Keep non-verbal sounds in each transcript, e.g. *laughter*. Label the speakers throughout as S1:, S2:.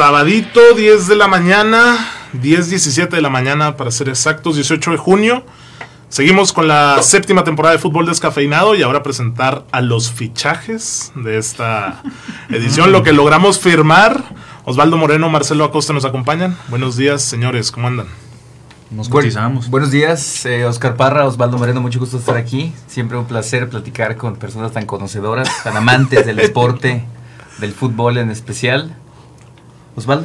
S1: Sabadito, 10 de la mañana, 10, 17 de la mañana para ser exactos, 18 de junio. Seguimos con la séptima temporada de fútbol descafeinado y ahora presentar a los fichajes de
S2: *laughs*
S1: esta edición, lo que logramos firmar. Osvaldo Moreno, Marcelo Acosta nos acompañan. Buenos días, señores, ¿cómo andan?
S3: Nos cotizamos.
S2: buenos días, eh, Oscar Parra, Osvaldo Moreno, mucho gusto estar aquí. Siempre un placer platicar con personas tan conocedoras, tan amantes
S3: *laughs*
S2: del deporte, del fútbol en especial. Osvaldo.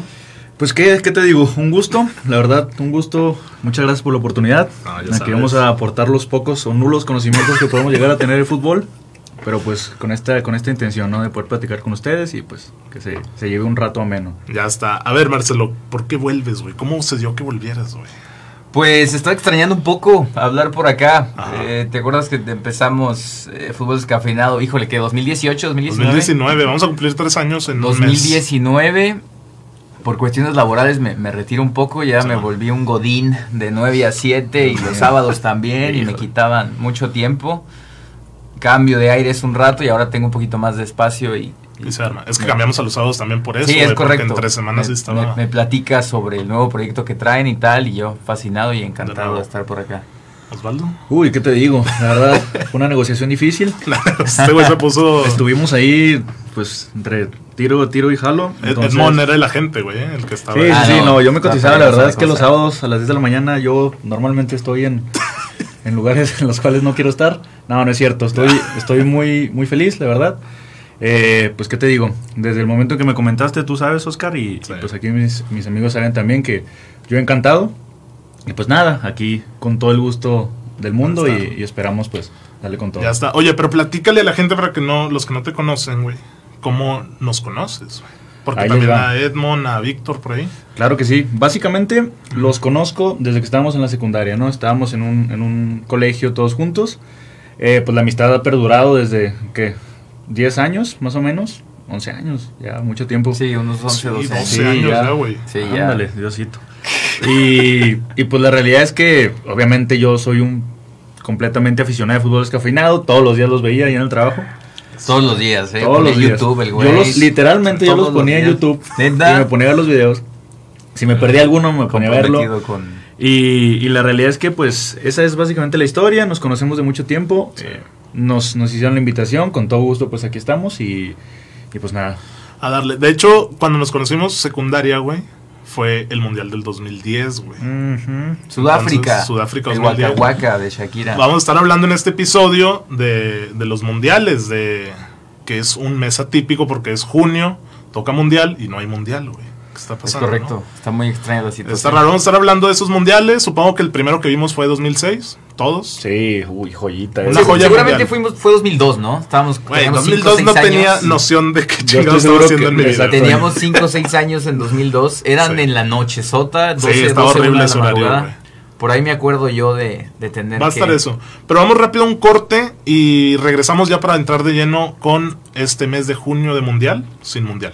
S3: Pues ¿qué, qué te digo, un gusto, la verdad, un gusto, muchas gracias por la oportunidad.
S1: No, ya
S3: Aquí
S1: sabes.
S3: vamos a aportar los pocos o nulos conocimientos que podemos llegar a tener el fútbol, pero pues con esta, con esta intención, ¿no? De poder platicar con ustedes y pues que se, se lleve un rato ameno.
S1: Ya está. A ver, Marcelo, ¿por qué vuelves, güey? ¿Cómo se dio que volvieras, güey?
S2: Pues estaba extrañando un poco hablar por acá.
S1: Ajá.
S2: Eh, ¿Te acuerdas que empezamos eh, fútbol descafeinado? Híjole, que 2018, 2019.
S1: 2019, vamos a cumplir tres años en un mes.
S2: 2019. Por cuestiones laborales me, me retiro un poco, ya
S1: Sí,
S2: me
S1: man.
S2: volví un godín de 9 a 7 y los sábados también y me
S1: Híjole.
S2: quitaban mucho tiempo. Cambio de aire es un rato y ahora tengo un poquito más de espacio y...
S1: Y se arma. Es que cambiamos a los sábados también por eso,
S2: sí,
S1: güey,
S2: es
S1: porque
S2: correcto.
S1: en tres semanas
S2: me,
S1: sí estaba...
S2: me- me platica sobre el nuevo proyecto que traen y tal y yo fascinado y encantado
S1: nuevo.
S2: de estar por acá.
S1: Osvaldo.
S3: Uy, ¿qué te digo? La verdad, fue una negociación difícil.
S1: este güey se puso...
S3: Estuvimos ahí, pues, entre tiro, tiro y jalo.
S1: Ed-
S3: entonces-
S1: Edmond era el agente, güey, eh, el que estaba...
S3: Sí, sí,
S2: Ah,
S3: sí,
S2: no,
S3: no, yo me
S2: está
S3: cotizaba, la
S2: peligrosa
S3: verdad
S2: la
S3: es que los
S2: cosa.
S3: sábados a las 10 de la mañana yo normalmente estoy
S2: *laughs*
S3: en, en lugares en los cuales no quiero estar. No, no es cierto, estoy, estoy muy, muy feliz, la verdad. Eh, pues qué te digo, desde el momento que me comentaste, tú sabes, Oscar, y, y
S1: Sí.
S3: pues aquí mis, mis amigos saben también que yo encantado. Y pues nada, aquí con todo el gusto del mundo
S1: Ya está.
S3: y, y esperamos pues darle con todo.
S1: Ya está. Oye, pero platícale a la gente para que no, los que no te conocen, güey, cómo nos conoces, güey. Porque
S3: Ahí les
S1: también
S3: va.
S1: a Edmond, a Víctor por ahí.
S3: Claro que sí. Básicamente los conozco desde que estábamos en la secundaria, ¿no? Estábamos en un, en un colegio todos juntos. Eh, pues la amistad ha perdurado desde, ¿qué? 10 años, más o menos. 11 años, ya mucho tiempo.
S2: Sí, unos 11,
S1: Sí,
S2: 12 años.
S1: doce años
S3: ya.
S1: ya, güey.
S2: Sí, ya.
S3: Ándale, Diosito. Y, y pues la realidad es que obviamente yo soy un completamente aficionado de fútbol descafeinado. Todos los días los veía ahí en el trabajo.
S2: Todos los días, ¿eh?
S3: Todos
S2: Ponía
S3: los días.
S2: YouTube, el güey.
S3: Yo los, literalmente yo
S2: Todos
S3: los ponía en
S2: días.
S3: YouTube.
S2: ¿Neta?
S3: Y me ponía a ver los videos. Si me perdía alguno, me ponía a verlo.
S2: Comprometido con-
S3: Y, y la realidad es que, pues, esa es básicamente la historia. Nos conocemos de mucho tiempo. eh, nos, nos hicieron la invitación. Con todo gusto, pues aquí estamos. Y, y, pues nada.
S1: A darle. De hecho, cuando nos conocimos secundaria, güey, fue el Mundial del 2010, güey.
S3: Mm,
S2: Sudáfrica.
S1: Entonces, Sudáfrica
S2: El
S1: 2010.
S2: Waka Waka de Shakira.
S1: Vamos a estar hablando en este episodio de, de los mundiales, de que es un mes atípico porque es junio, toca mundial y no hay mundial, güey. ¿Qué está
S2: es
S1: pasando?
S2: correcto.
S1: no?
S2: Está muy extraña la situación.
S1: pues Está raro vamos a estar hablando de esos mundiales. Supongo que el primero que vimos fue 2006, todos.
S3: Sí, uy, joyita.
S1: Una
S2: Sí,
S3: esa.
S1: joya
S2: seguramente
S1: mundial.
S2: fuimos, fue 2002, ¿no? Estábamos.
S1: Güey,
S2: teníamos
S1: 2002
S2: cinco,
S1: no
S2: seis
S1: tenía
S2: años.
S1: noción de qué
S3: estoy
S1: chingados estaba
S3: seguro
S1: haciendo
S3: que-
S1: en mi vida.
S3: exacto.
S2: Teníamos 5 o 6 años en 2002. Eran
S1: Sí.
S2: en la noche sota. 12,
S1: Sí, estaba
S2: 12,
S1: horrible
S2: una de la
S1: ese horario,
S2: madrugada.
S1: güey.
S2: Por ahí me acuerdo yo de, de tener.
S1: Va a
S2: que-
S1: estar eso. Pero vamos rápido a un corte y regresamos ya para entrar de lleno con este mes de junio de Mundial, sin Mundial.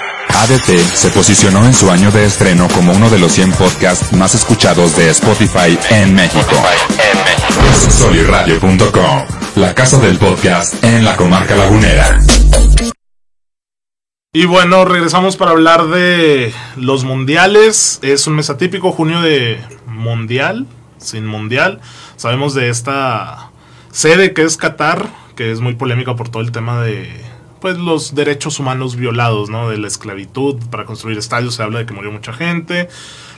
S4: ADT se posicionó en su año de estreno como uno de los 100 podcasts más escuchados de Spotify en México. Soliradio.com, la casa del podcast en la comarca lagunera.
S1: Y bueno, regresamos para hablar de los mundiales. Es un mes atípico, junio de mundial, sin mundial. Sabemos de esta sede que es Qatar, que es muy polémica por todo el tema de pues los derechos humanos violados, ¿no? De la esclavitud para construir estadios, se habla de que murió mucha gente,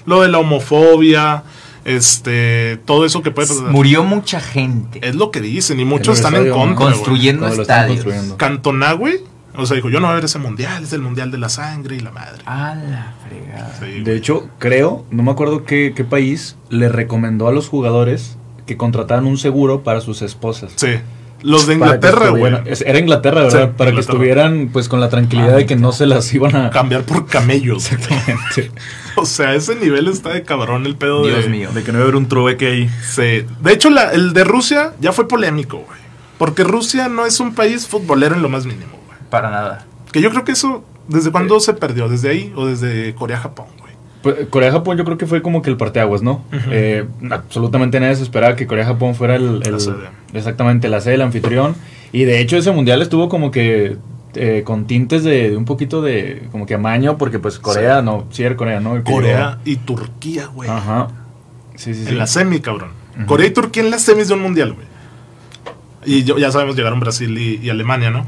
S1: lo de la homofobia, este, todo eso que puede pasar.
S2: Murió mucha gente.
S1: Es lo que dicen y muchos están
S3: En el
S1: en
S3: estadio, ¿no?
S1: contra. güey.
S2: Construyendo
S3: Como lo están
S2: estadios.
S3: construyendo.
S1: Cantona, güey. O sea, dijo, yo no voy a ver ese mundial, es el mundial de la sangre y la madre.
S2: A la fregada.
S1: Sí,
S3: De
S1: güey.
S3: hecho, creo, no me acuerdo qué, qué país, le recomendó a los jugadores que contrataran un seguro para sus esposas.
S1: Sí. Los de
S3: para que
S1: Inglaterra, güey.
S3: estuvieran- es- Era Inglaterra, ¿verdad?
S1: Sí,
S3: para
S1: Inglaterra.
S3: que estuvieran pues con la tranquilidad de que no se las iban *laughs* a...
S1: Cambiar por camellos.
S3: Exactamente.
S1: *laughs* O sea, ese nivel está de cabrón el pedo de.
S2: Dios mío.
S5: De que no iba a haber un trueque ahí.
S1: Sí. De hecho, la- el de Rusia ya fue polémico, güey. Porque Rusia no es un país futbolero en lo más mínimo, güey.
S2: Para nada.
S1: Que yo creo que eso, ¿desde cuándo se perdió? ¿Desde ahí o desde Corea-Japón, güey?
S3: Pues, Corea-Japón yo creo que fue como que el parteaguas, ¿no? Eh, absolutamente nadie se esperaba que Corea-Japón fuera el, el-
S1: La sede.
S3: Exactamente, la sede, el anfitrión. Y de hecho ese mundial estuvo como que eh, con tintes de, de un poquito de como que amaño, porque pues Corea, no, sí era Corea, ¿no? El que
S1: Corea y Turquía, güey.
S3: llegó- Ajá. Sí, sí, sí.
S1: En la semi, cabrón. Corea y Turquía en las semis de un mundial, güey. Y yo- ya sabemos, llegaron Brasil y, y Alemania, ¿no?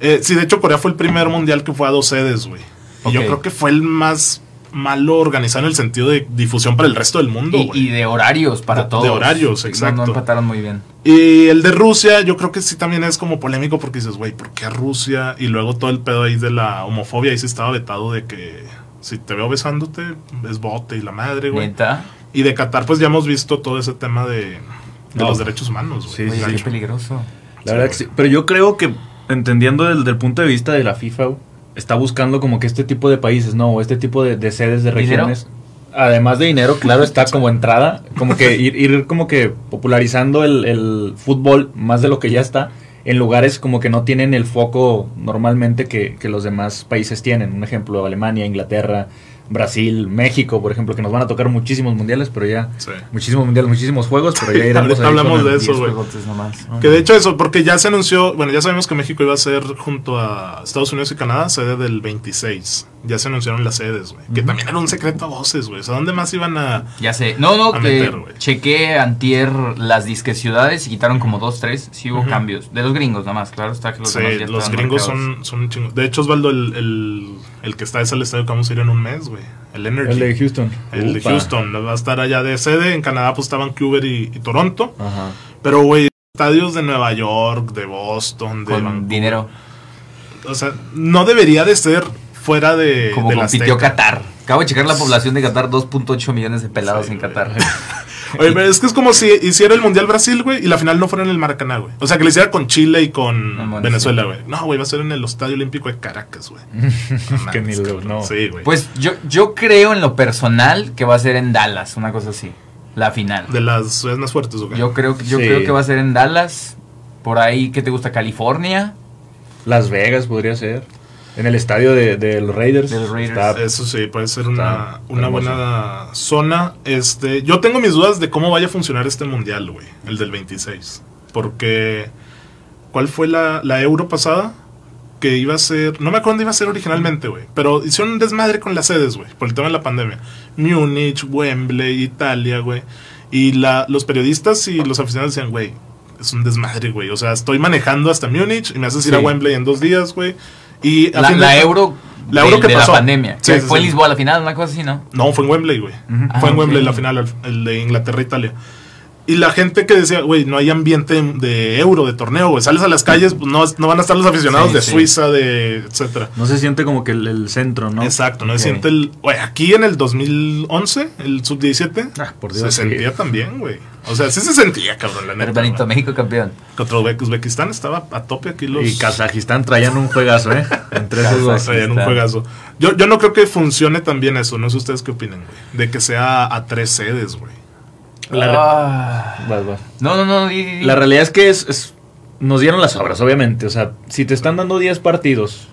S1: Eh, sí, de hecho, Corea fue el primer mundial que fue a dos sedes, güey. Y yo
S2: Ok.
S1: creo que fue el más malo organizado en el sentido de difusión para el resto del mundo,
S2: Y,
S1: güey.
S2: y de horarios para
S1: De-
S2: todos.
S1: de horarios,
S2: No-
S1: exacto.
S2: No, empataron muy bien.
S1: Y el de Rusia, yo creo que sí también es como polémico porque dices, güey, ¿por qué Rusia? Y luego todo el pedo ahí de la homofobia, ahí sí estaba vetado de que si te veo besándote, es bote y la madre, güey.
S2: Neta.
S1: Y de Qatar, pues ya hemos visto todo ese tema de, de
S3: No.
S1: los derechos humanos, güey.
S3: Sí,
S2: Oye,
S3: sí,
S2: qué
S3: sí.
S2: peligroso.
S3: La verdad que sí. Pero yo creo que, entendiendo del, del punto de vista de la FIFA, güey, está buscando como que este tipo de países, ¿no? O este tipo de, de sedes, de
S2: ¿Dinero?
S3: regiones. Además de dinero, claro, está como entrada, como que ir, ir como que popularizando el, el fútbol más de lo que ya está en lugares como que no tienen el foco normalmente que, que los demás países tienen. Un ejemplo, Alemania, Inglaterra, Brasil, México, por ejemplo, que nos van a tocar muchísimos mundiales, pero ya...
S1: Sí.
S3: Muchísimos mundiales, muchísimos juegos, pero
S1: *laughs*
S3: ya
S1: Sí,
S3: iremos
S1: ahorita
S3: ahí con
S1: hablamos
S3: el-
S1: de eso,
S2: Diez
S1: güey.
S2: juegotes nomás.
S1: Que de hecho eso, porque ya se anunció, bueno, ya sabemos que México iba a ser junto a Estados Unidos y Canadá sede del 26. Ya se anunciaron las sedes, güey. Que también era un secreto a voces, güey. O sea, ¿dónde más iban a...?
S2: Ya sé. No, no,
S1: A
S2: que
S1: meter, güey.
S2: chequé antier las disque ciudades y quitaron como dos, tres. Sí hubo
S1: Ujú.
S2: cambios. De los gringos nada más, claro está que los,
S1: Sí,
S2: demás ya
S1: los
S2: estaban
S1: gringos
S2: marcados.
S1: son, son un chingo. De hecho, Osvaldo, el, el, el que está es el estadio que vamos a ir en un mes, güey. El Energy.
S3: El de Houston.
S1: El de
S3: Upa.
S1: Houston. Va a estar allá de sede. En Canadá pues estaban Vancouver y, y Toronto.
S3: Ajá.
S1: Pero, güey, estadios de Nueva York, de Boston, de...
S2: con
S1: Van-
S2: dinero.
S1: O sea, no debería de ser fuera de...
S2: Como
S1: de la
S2: compitió
S1: Azteca.
S2: Qatar. Acabo de checar la población de Qatar, 2.8 millones de
S1: *laughs*
S2: pelados
S1: Sí,
S2: en
S1: güey.
S2: Qatar.
S1: Oye, pero es que es como si hiciera el Mundial Brasil, güey, y la final no fuera en el Maracaná, güey. O sea, que lo hiciera con Chile y con
S2: Ah, bueno,
S1: Venezuela, güey. No, güey, va a ser en el Estadio Olímpico de Caracas,
S2: *laughs*
S1: güey. No mames,
S3: Que ni lo-
S1: cabrón.
S3: no.
S1: Sí, güey.
S2: Pues yo, yo creo en lo personal que va a ser en Dallas, una cosa así. La final.
S1: de las ciudades más fuertes, güey.
S2: Yo creo que yo
S3: Sí.
S2: creo que va a ser en Dallas. Por ahí, ¿qué te gusta? California.
S3: Las Vegas podría ser. En el estadio de, de los Raiders.
S2: De los Raiders.
S3: Está-
S1: Eso sí, puede ser
S3: Está
S1: una, una
S3: hermoso.
S1: buena zona. Este, yo tengo mis dudas de cómo vaya a funcionar este mundial, güey, el del 26. Porque, ¿cuál fue la, la euro pasada? Que iba a ser, no me acuerdo dónde iba a ser originalmente, güey, pero hicieron un desmadre con las sedes, güey, por el tema de la pandemia. Múnich, Wembley, Italia, güey. Y la, los periodistas y los aficionados decían, güey, es un desmadre, güey. O sea, estoy manejando hasta Múnich y me haces ir
S2: Sí.
S1: a Wembley en dos días, güey. Y a
S2: La,
S1: fin de-
S2: la euro.
S1: La
S2: de-
S1: euro que
S2: de
S1: pasó.
S2: la pandemia.
S1: Sí,
S2: que
S1: sí,
S2: fue en
S1: sí.
S2: Lisboa la final, una cosa así, ¿no?
S1: No, fue en Wembley, güey.
S3: Ujú.
S1: Fue
S2: Ah,
S1: en Wembley
S2: ok.
S1: la final, el- el de Inglaterra-Italia. Y la gente que decía, güey, no hay ambiente de euro, de torneo, güey. Sales a las calles, pues, no, no van a estar los aficionados
S2: Sí,
S1: de
S2: sí.
S1: Suiza, de etcétera.
S3: No se siente como que el, el centro, ¿no?
S1: Exacto, ¿no?
S2: Ok.
S1: Se siente el... Güey, aquí en el 2011, el sub-17,
S3: Ah, por
S1: se
S3: Dios. sí.
S1: sentía también, güey. O sea, sí se sentía, cabrón, la neta.
S2: Hermanito,
S1: güey.
S2: México campeón.
S1: Contra Uzbe- Uzbekistán estaba a tope aquí los...
S3: Y Kazajistán traían un juegazo, ¿eh? Entre esos
S1: O
S3: dos.
S1: sea, en un juegazo. Yo, yo no creo que funcione tan bien eso. No sé ustedes qué opinan, güey. De que sea a tres sedes, güey.
S2: Ah.
S3: Vas, vas.
S2: No, no, no. di, di, di.
S3: La realidad es que es, es- nos dieron las obras, obviamente. O sea, si te están dando 10 partidos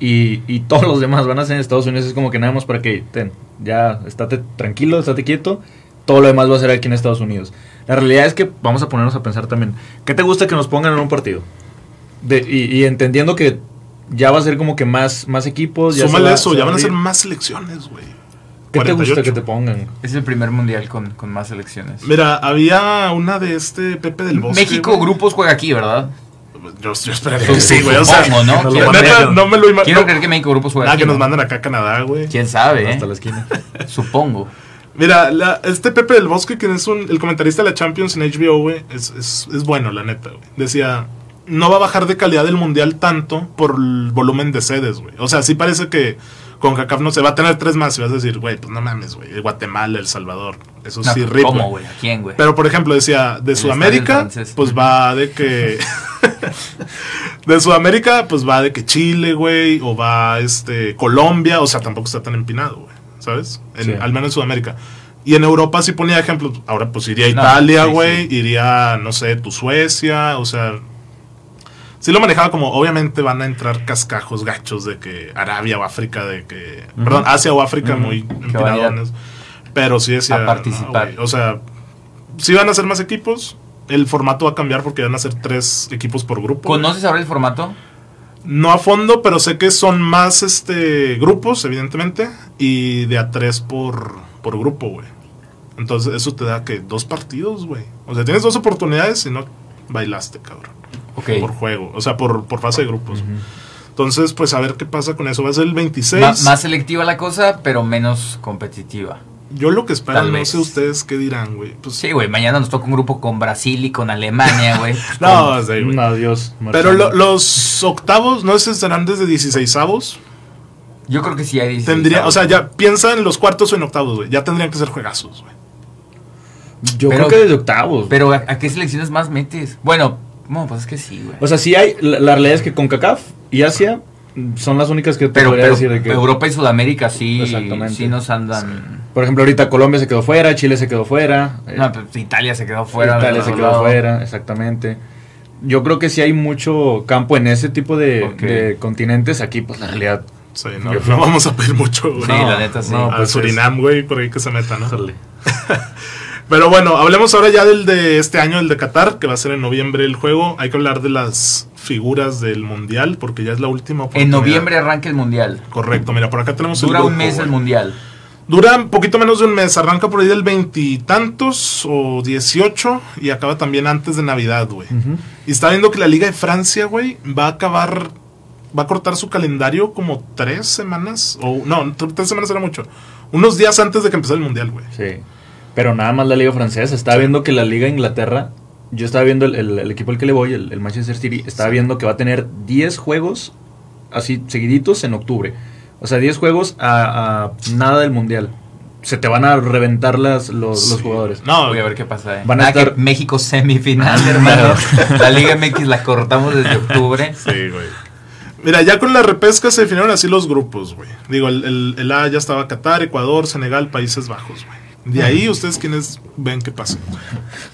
S3: y, y todos los demás van a ser en Estados Unidos, es como que nada más para que, ten, ya estate tranquilo, estate quieto. Todo lo demás va a ser aquí en Estados Unidos. La realidad es que vamos a ponernos a pensar también, ¿qué te gusta que nos pongan en un partido? De- y, y entendiendo que ya va a ser como que más, más equipos. Ya se
S1: Súmale
S3: va-
S1: eso,
S3: se
S1: ya
S3: va
S1: van a ser
S3: abrir.
S1: más selecciones, güey.
S3: ¿Qué te gusta
S1: 48?
S3: que te pongan?
S2: Es el primer mundial con, con más selecciones.
S1: Mira, había una de este Pepe del Bosque.
S2: México
S1: güey.
S2: grupos juega aquí, ¿verdad?
S1: Yo, yo esperaría que sí, güey. O sea,
S2: Supongo, ¿no?
S1: la
S2: Quiero,
S1: neta,
S5: creer-
S1: no me lo imagino.
S2: quiero creer que México grupos juega
S1: Nada,
S2: aquí.
S1: que nos
S2: ¿no?
S1: mandan acá a Canadá, güey.
S2: ¿Quién sabe?
S3: Hasta
S2: eh?
S3: la esquina.
S2: Supongo.
S1: Mira, la- este Pepe del Bosque, quien es un, el comentarista de la Champions en HBO, güey, es, es, es bueno, la neta, güey. Decía, no va a bajar de calidad el mundial tanto por el volumen de sedes, güey. O sea, sí parece que con CACAF no se va a tener tres más y vas a decir, güey, pues no mames, güey. Guatemala, El Salvador. Eso
S2: No,
S1: sí, rip,
S2: ¿Cómo,
S1: güey.
S2: güey? ¿A quién, güey?
S1: Pero por ejemplo, decía, de
S2: estadio
S1: Sudamérica,
S2: francés.
S1: pues va de que *laughs* De Sudamérica, pues va de que Chile, güey, o va este Colombia, o sea, tampoco está tan empinado, güey, ¿sabes? En-
S3: Sí.
S1: Al menos en Sudamérica. Y en Europa sí ponía ejemplos. Ahora, pues iría a
S2: No,
S1: Italia,
S2: sí,
S1: güey,
S2: sí.
S1: iría, no sé, tu Suecia, o sea. Sí lo manejaba como, obviamente van a entrar cascajos gachos de que Arabia o África, de que. Perdón, Asia o África,
S2: Ujú.
S1: muy
S2: Qué
S1: empinadones. Pero sí decía.
S2: A participar.
S1: "No, güey", o sea, sí van a ser más equipos. El formato va a cambiar porque van a ser tres equipos por grupo. güey.
S2: ¿Conoces ahora el formato?
S1: No a fondo, pero sé que son más este grupos, evidentemente, y de a tres por, por grupo, güey. Entonces eso te da que dos partidos, güey. O sea, tienes dos oportunidades y no bailaste, cabrón.
S2: Ok.
S1: Por juego, o sea, por, por fase de grupos. Entonces, pues a ver qué pasa con eso. Va a ser el 26.
S2: Ma- más selectiva la cosa, pero menos competitiva.
S1: Yo lo que espero,
S2: Tal
S1: no
S2: vez.
S1: sé ustedes qué dirán, güey. Pues,
S2: Sí, güey, mañana nos toca un grupo con Brasil y con Alemania,
S1: *laughs*
S2: güey.
S1: *laughs* No, sí, güey.
S3: Adiós.
S1: Pero
S3: Marcelo.
S1: lo- los octavos, no sé si serán desde 16 avos.
S2: Yo creo que sí hay 16
S1: Tendría, o
S2: avos.
S1: sea, ya piensa en los cuartos o en octavos, güey. Ya tendrían que ser juegazos, güey.
S3: Yo
S2: pero-
S3: creo que desde octavos.
S2: Pero ¿a, a qué selecciones más metes? Bueno, no, pues es que sí, güey.
S3: o sea, sí hay. La, la realidad es que con CACAF y Asia mm, son las únicas que te
S2: pero
S3: podría
S2: pero
S3: decir de que.
S2: Europa y Sudamérica sí,
S3: Exactamente.
S2: sí nos andan.
S3: Por ejemplo, ahorita Colombia se quedó fuera, Chile se quedó fuera. eh,
S2: No, pues, Italia se quedó fuera.
S3: Italia
S2: del
S3: se
S2: otro
S3: quedó
S2: lado.
S3: fuera, exactamente. Yo creo que sí hay mucho campo en ese tipo de,
S2: Ok.
S3: de continentes. Aquí, pues la realidad.
S1: Sí, no,
S3: Yo-
S1: no vamos a pedir mucho, güey.
S2: Sí,
S1: No,
S2: la neta sí.
S1: no,
S2: No,
S1: al
S3: pues,
S1: Ah, Surinam, güey, por ahí que se meta, ¿no? *laughs* Pero bueno, hablemos ahora ya del de este año, el de Qatar, que va a ser en noviembre el juego. Hay que hablar de las figuras del Mundial, porque ya es la última
S2: En
S1: oportunidad.
S2: noviembre arranca el mundial.
S1: Correcto, mira, por acá tenemos el
S2: Dura un
S1: grupo,
S2: mes el
S1: güey.
S2: mundial.
S1: Dura un poquito menos de un mes, arranca por ahí del veintitantos o dieciocho y acaba también antes de Navidad, güey. Y está viendo que la Liga de Francia, güey, va a acabar, va a cortar su calendario como tres semanas, o no, tre- tres semanas era mucho, unos días antes de que empezara el Mundial, güey.
S3: Sí. Pero nada más la Liga Francesa. Estaba viendo que la Liga Inglaterra. Yo estaba viendo el, el- el equipo al que le voy, el, el Manchester City. Estaba viendo que va a tener 10 juegos así seguiditos en octubre. O sea, 10 juegos a, a nada del mundial. Se te van a reventar las, los, los
S1: Sí.
S3: jugadores.
S1: No,
S2: Voy a ver qué pasa. eh.
S3: Van a
S2: Ah, que
S3: estar-
S2: México semifinal,
S3: *laughs*
S2: hermano. La Liga MX la cortamos desde octubre.
S1: Sí, güey. Mira, ya con la repesca se definieron así los grupos, güey. Digo, el, el- el A ya estaba Qatar, Ecuador, Senegal, Países Bajos, güey. De ahí ustedes quienes ven qué pasa.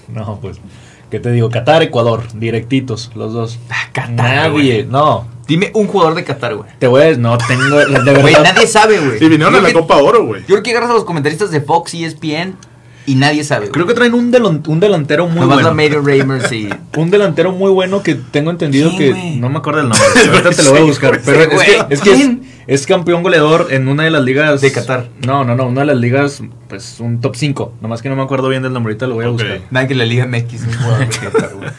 S3: No, pues, ¿qué te digo? Qatar, Ecuador, directitos, los dos.
S2: Qatar,
S3: Nadie, no.
S2: Dime un jugador de Qatar, güey.
S3: Te voy a no tengo, de verdad.
S2: Güey, nadie sabe, güey.
S1: Y vinieron
S2: Yo
S1: a la
S2: que-
S1: Copa Oro, güey.
S2: Yo creo que agarras a los comentaristas de Fox E y ESPN y nadie sabe. güey.
S3: Creo que traen un, delon- un delantero muy
S2: Nomás
S3: bueno.
S2: la Mario Reimers y.
S3: Un delantero muy bueno que tengo entendido
S2: Sí,
S3: que
S2: güey.
S3: no me acuerdo el
S2: *laughs*
S3: nombre. Ahorita te lo voy a buscar. Pero es
S2: güey.
S3: que, es, que es,
S2: ¿Quién?
S3: es campeón goleador en una de las ligas.
S2: De Qatar.
S3: No, no, no. Una de las ligas, pues un top 5. Nomás que no me acuerdo bien del nombre. Ahorita lo voy a
S1: Ok.
S3: buscar.
S2: Nada que la Liga MX es un
S3: *laughs*
S2: jugador de Qatar, güey.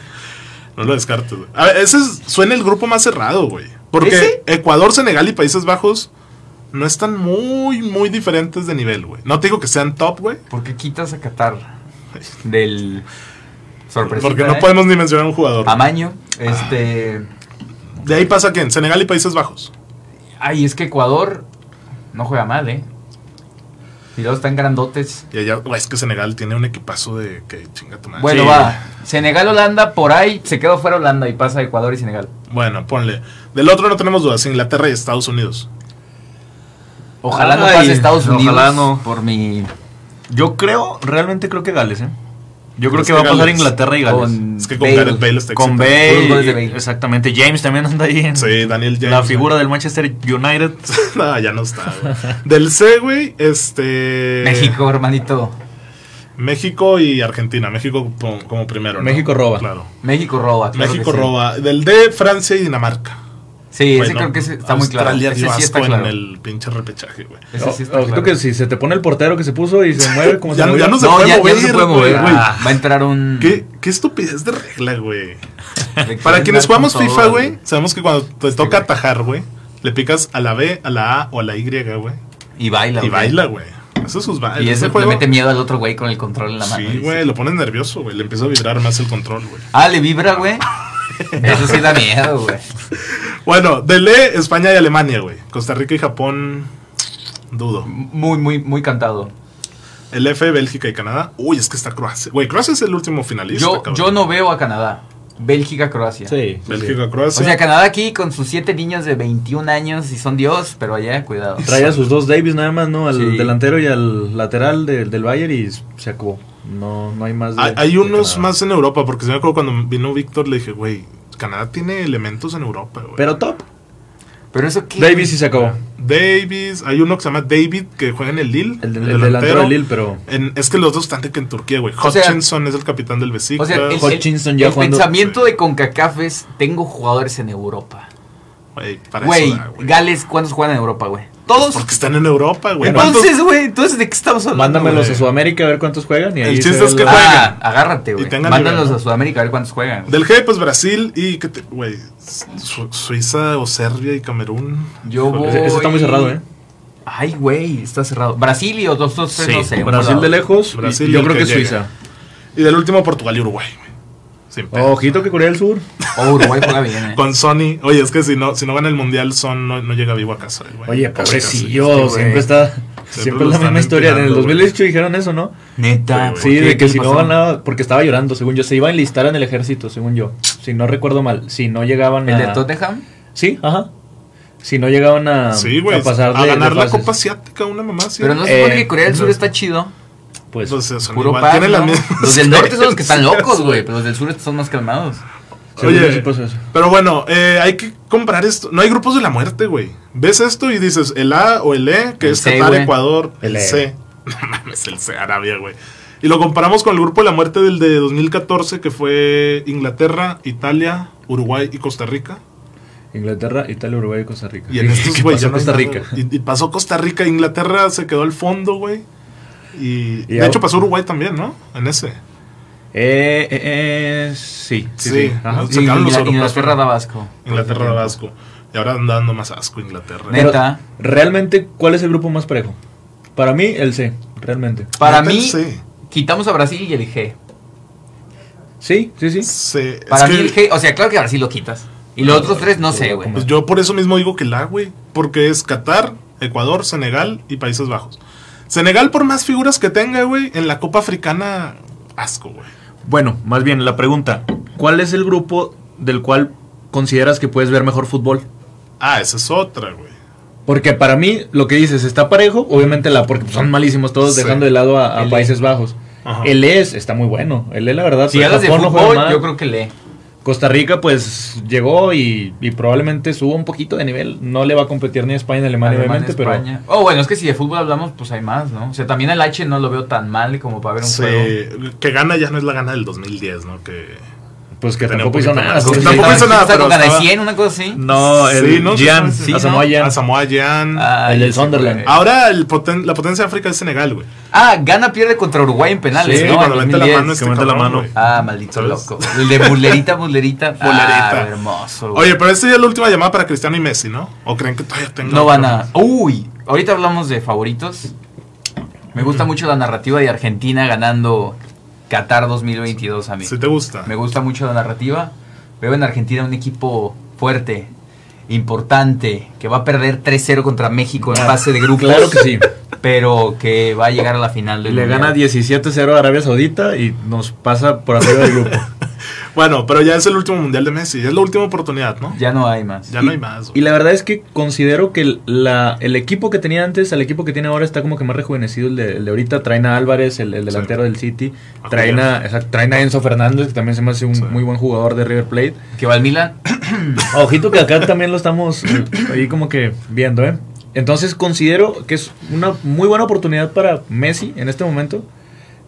S1: No lo descartes, güey. A ver, ese es- suena el grupo más cerrado, güey. Porque
S2: ¿Ese?
S1: Ecuador, Senegal y Países Bajos no están muy, muy diferentes de nivel, güey. No te digo que sean top, güey.
S2: ¿Por qué quitas a Qatar del. Sorpresa.
S1: Porque no Ah. podemos ni mencionar un jugador.
S2: Amaño. Este.
S1: De ahí pasa quién, Senegal y Países Bajos.
S2: Ay, es que Ecuador no juega mal, ¿eh? Y los están grandotes.
S1: Y allá, güey, es que Senegal tiene un equipazo de que chinga tu madre.
S2: Bueno,
S1: Sí.
S2: va. Senegal-Holanda, por ahí se quedó fuera Holanda y pasa Ecuador y Senegal.
S1: Bueno, ponle. Del otro no tenemos dudas, Inglaterra y Estados Unidos.
S2: Ojalá no
S3: Ay,
S2: pase Estados
S3: ojalá
S2: Unidos.
S3: no.
S2: Por mi.
S1: Eh.
S3: Yo creo, realmente creo que Gales, ¿eh? Yo creo
S1: Es
S3: que
S1: que
S3: va a pasar
S1: Gales.
S3: Inglaterra y Gales.
S2: Pues Con
S1: Es que con
S2: Bale.
S1: Gareth Bale está
S3: Con
S1: excitante.
S2: Puros
S3: Bale,
S2: goles de Bale.
S3: exactamente. James también anda ahí en
S1: Sí, Daniel James.
S3: la
S1: güey.
S3: figura del Manchester United.
S1: *laughs* no, ya no está, güey. Del C, güey, este.
S2: México, hermanito.
S1: México y Argentina. México po- como primero. ¿no?
S3: México roba.
S1: Claro.
S2: México roba. claro
S1: México
S2: que sí.
S1: roba. Del D, Francia y Dinamarca.
S2: Sí, ese
S1: Bueno,
S2: creo que ese está muy claro.
S1: Australia
S2: Ese
S1: dio
S2: sí
S1: asco
S2: está claro.
S1: en el Oh, pinche repechaje, güey.
S2: Ese sí está
S3: Ojito
S2: claro.
S3: que si se te pone el portero que se puso y se mueve
S1: *laughs*
S3: como
S1: Ya
S3: se
S1: no-
S3: mueve.
S1: ya no se
S2: No,
S1: puede
S2: ya, ya
S1: mover,
S2: no se puede mover.
S1: güey.
S2: Ah, va a entrar un.
S1: ¿Qué, qué estupidez de regla, güey.
S2: de que
S1: Para
S2: va a
S1: quienes
S2: entrar
S1: jugamos
S2: con todo
S1: FIFA,
S2: al-
S1: güey, sabemos que cuando te toca atajar, güey, le picas a la B, a la A o a la Y, güey.
S2: Y baila.
S1: Y
S2: güey.
S1: baila, güey. Eso es sus bailes.
S2: Y
S1: Ese
S2: eso le
S1: juego-
S2: mete miedo al otro güey con el control en la mano.
S1: Sí,
S2: dice.
S1: güey, lo pones nervioso, güey. Le empieza a vibrar más el control, güey.
S2: Ah, le vibra, güey. *laughs* Eso sí da miedo, güey.
S1: Bueno, del E, España y Alemania, güey. Costa Rica y Japón, dudo.
S2: Muy, muy, muy cantado.
S1: El F, Bélgica y Canadá. Uy, es que está Croacia. Güey, Croacia es el último finalista.
S2: Yo,
S1: cabrón.
S2: yo no veo a Canadá. Bélgica-Croacia.
S3: Sí.
S1: Bélgica,
S2: O
S1: Croacia.
S2: sea, Canadá aquí con sus siete niños de 21 años y son Dios, pero allá, cuidado.
S3: Trae a sus dos Davis nada más, ¿no? Al
S2: Sí.
S3: delantero y al lateral de- del Bayern y se acabó. No, no hay más. de-
S1: Hay, hay
S3: de
S1: unos
S3: Canadá.
S1: más en Europa, porque si me acuerdo cuando vino Víctor le dije, güey, Canadá tiene elementos en Europa, güey.
S3: Pero top.
S2: Pero eso qué.
S3: Davis y se acabó.
S1: Davis, hay uno que se llama David que juega en el Lille.
S3: El, del- el delantero del Lille, pero.
S1: En- es que los dos están de que en Turquía, güey.
S2: O sea-
S1: Hutchinson es el capitán del
S2: O
S1: Besiktas.
S2: sea, el, el-
S3: Hutchinson ya
S2: el
S3: jugando-
S2: pensamiento
S1: Sí.
S2: de CONCACAF es, tengo jugadores en Europa.
S1: Güey, para
S2: Güey,
S1: eso da, güey.
S2: Gales, ¿cuántos juegan en Europa, güey? Todos.
S1: Porque están en Europa, güey.
S2: Entonces, güey, entonces, ¿de qué estamos hablando? güey?
S3: Mándamelos a Sudamérica a ver cuántos juegan. Y
S1: El
S3: ahí
S1: chiste
S3: se ve
S1: es que
S3: la-
S2: Ah, agárrate,
S1: Y
S2: güey.
S1: tengan
S2: Mándalos
S1: nivel, ¿no?
S2: a Sudamérica a ver cuántos juegan.
S1: Del G, pues Brasil y. ¿qué te- Güey, Su- Suiza o Serbia y Camerún.
S2: Yo
S1: Híjole.
S2: voy-
S3: Ese está muy cerrado, ¿eh?
S2: Ay, güey, está cerrado. Brasil y otros dos, tres,
S1: Sí,
S2: no sé. un
S3: Brasil
S2: lado.
S3: de lejos. y-
S1: Brasil
S3: y yo
S1: el
S3: creo
S1: que
S3: que,
S1: llega.
S3: Suiza.
S1: Y del último, Portugal y Uruguay, güey. Sin pedo.
S3: Ojito que Corea del Sur.
S2: Oh, Uruguay juega bien, eh.
S1: Con Sony. Oye, es que si no, si no gana el mundial, Son no, no llega vivo a casa, güey.
S3: Oye,
S1: Casi,
S3: pobrecillo.
S2: casi, este, güey.
S3: siempre está. Siempre
S1: lo
S3: es la
S1: están
S3: misma historia. En el
S1: empinando, güey. Ah,
S3: 2018 dijeron eso, ¿no?
S2: Neta.
S1: Sí,
S3: Sí,
S2: ¿por qué?
S3: de
S2: ¿Qué
S3: que
S2: le
S3: si no
S2: pasó?
S3: ganaba, porque estaba llorando, según yo, se iba a enlistar en el ejército, según yo. Si no recuerdo mal, si no llegaban
S2: ¿El
S3: a.
S2: de Tottenham?
S3: Sí, ajá. Si no llegaban a,
S1: Sí, güey.
S3: a pasar
S1: A,
S3: de- de
S1: ganar la
S3: fases.
S1: Copa Asiática, una mamá así.
S2: Pero no
S3: Eh,
S2: se supone que Corea del Sur
S1: no.
S2: está chido.
S3: Pues,
S1: Pues, son
S2: Puro
S1: igual,
S2: paz,
S1: tienen las
S2: ¿no?
S1: mismas *laughs*
S2: Los del norte son
S1: creencias.
S2: los que están locos, güey. Pero los del sur son más calmados.
S3: según
S1: Oye.
S3: yo sí pasó eso.
S1: Pero bueno, eh, hay que comparar esto. No hay grupos de la muerte, güey. Ves esto y dices el A o el E, que
S2: El
S1: es
S2: C,
S1: Qatar,
S2: güey.
S1: Ecuador,
S3: El
S1: el,
S3: E.
S1: C. *laughs* No mames, el C, Arabia, güey. Y lo comparamos con el grupo de la muerte del de 2014, que fue Inglaterra, Italia, Uruguay y Costa Rica.
S3: Inglaterra, Italia, Uruguay y Costa Rica.
S1: Y en estos,
S3: *laughs* ¿Qué
S1: güey,
S3: pasó
S1: ya
S3: en
S1: no hay
S3: Costa
S1: nada.
S3: Rica.
S1: Y, y pasó Costa Rica, Inglaterra se quedó al fondo, güey. Y,
S3: Y
S1: de
S3: ahora-
S1: hecho pasó Uruguay también, ¿no? En ese.
S3: Eh, eh, eh, sí, sí,
S1: Sí,
S3: sí. ajá.
S1: ¿no? Se acabaron los
S2: Ingla-
S1: europeos,
S2: Inglaterra
S1: ¿no?
S2: da asco.
S1: Inglaterra Vasco. Y ahora anda dando más asco Inglaterra.
S2: Neta.
S3: Realmente, ¿cuál es el grupo más parejo? Para mí, el C, realmente.
S2: Para
S1: Neta,
S2: mí,
S1: sí.
S2: quitamos a Brasil y el G.
S3: Sí, sí, sí.
S1: Sí,
S2: Para
S1: es
S2: mí
S1: que-
S2: el G, o sea, claro que a Brasil lo quitas. Y los otros tres no sé, güey.
S1: Pues yo por eso mismo digo que la, güey. Porque es Qatar, Ecuador, Senegal y Países Bajos. Senegal, por más figuras que tenga, güey, en la Copa Africana, asco, güey.
S3: Bueno, más bien la pregunta, ¿cuál es el grupo del cual consideras que puedes ver mejor fútbol?
S1: Ah, esa es otra, güey.
S3: Porque para mí, lo que dices, está parejo, obviamente la, porque son malísimos todos,
S1: Sí.
S3: dejando de lado a, a
S2: El E.
S3: Países Bajos.
S1: Ajá.
S3: El E es- está muy bueno, el E la verdad.
S2: Si
S3: pero
S2: hablas de
S3: Japón no juega
S2: fútbol,
S3: mal.
S2: yo creo que le.
S3: Costa Rica pues llegó y, y probablemente suba un poquito de nivel, no le va a competir ni a España ni a Alemania,
S2: Alemania,
S3: obviamente, pero...
S2: España. Oh, bueno, es que si de fútbol hablamos, pues hay más, ¿no? O sea, también el H no lo veo tan mal como para ver un
S1: Sí,
S2: juego.
S1: que gana ya no es la gana del 2010, ¿no? Que
S3: Pues que
S1: Tenía
S3: tampoco
S1: un
S3: hizo
S1: poquito
S3: nada.
S1: más.
S3: sí.
S1: Tampoco hizo
S2: Estaba-
S1: nada,
S2: estaba
S1: pero
S2: con cara de
S1: estaba-
S2: 100, una cosa así.
S3: No, el
S1: Sí, ¿no?
S3: Gian, Ah.
S1: Sí,
S2: ¿no?
S3: Asamoah Gyan.
S1: a Samoa Gyan.
S2: Ay,
S3: El del
S2: ese
S3: Sunderland.
S2: güey.
S1: Ahora el poten- la potencia de África es Senegal, güey.
S2: Ah, gana pierde contra Uruguay en penales,
S1: Sí,
S2: ¿no?
S1: cuando
S2: En
S1: mete la
S2: 2010.
S1: mano este
S3: que mete la
S1: cabrón,
S3: mano.
S1: güey.
S2: Ah, maldito
S1: ¿Sabes?
S2: loco. El de mulerita, mulerita.
S1: Mulerita.
S2: Ah, hermoso. güey.
S1: Oye, pero esta ya es la última llamada para Cristiano y Messi, ¿no? ¿O creen que todavía tengo?
S2: no van a. Uy, ahorita hablamos de favoritos. Me gusta mucho la narrativa de Argentina ganando Qatar 2022 a mí.
S1: Si te gusta.
S2: Me gusta mucho la narrativa. Veo en Argentina un equipo fuerte, importante, que va a perder 3-0 contra México en fase de grupos.
S3: Ah, Claro que
S1: *laughs*
S3: sí.
S2: Pero que va a llegar a la final del
S3: Le
S2: Mundial.
S3: gana 17-0 a Arabia Saudita y nos pasa por arriba del grupo.
S1: Bueno, pero ya es el último mundial de Messi. Ya es la última oportunidad, ¿no? Ya,
S2: Ya no hay más.
S1: no hay más,
S3: Y
S1: güey.
S3: la verdad es que considero que el- la, el equipo que tenía antes al equipo que tiene ahora está como que más rejuvenecido. El de, el de ahorita traen a Álvarez, el, el delantero del City.
S1: A
S3: Traen a,
S1: Julián.
S3: exacto, traen a Enzo Fernández, que también se me hace un
S1: Sí.
S3: muy buen jugador de River
S2: *laughs*
S3: Plate. Ah,
S2: Que va al Milan.
S3: Ojito que acá también lo estamos eh, ahí como que viendo, ¿eh? Entonces considero que es una muy buena oportunidad para Messi en este momento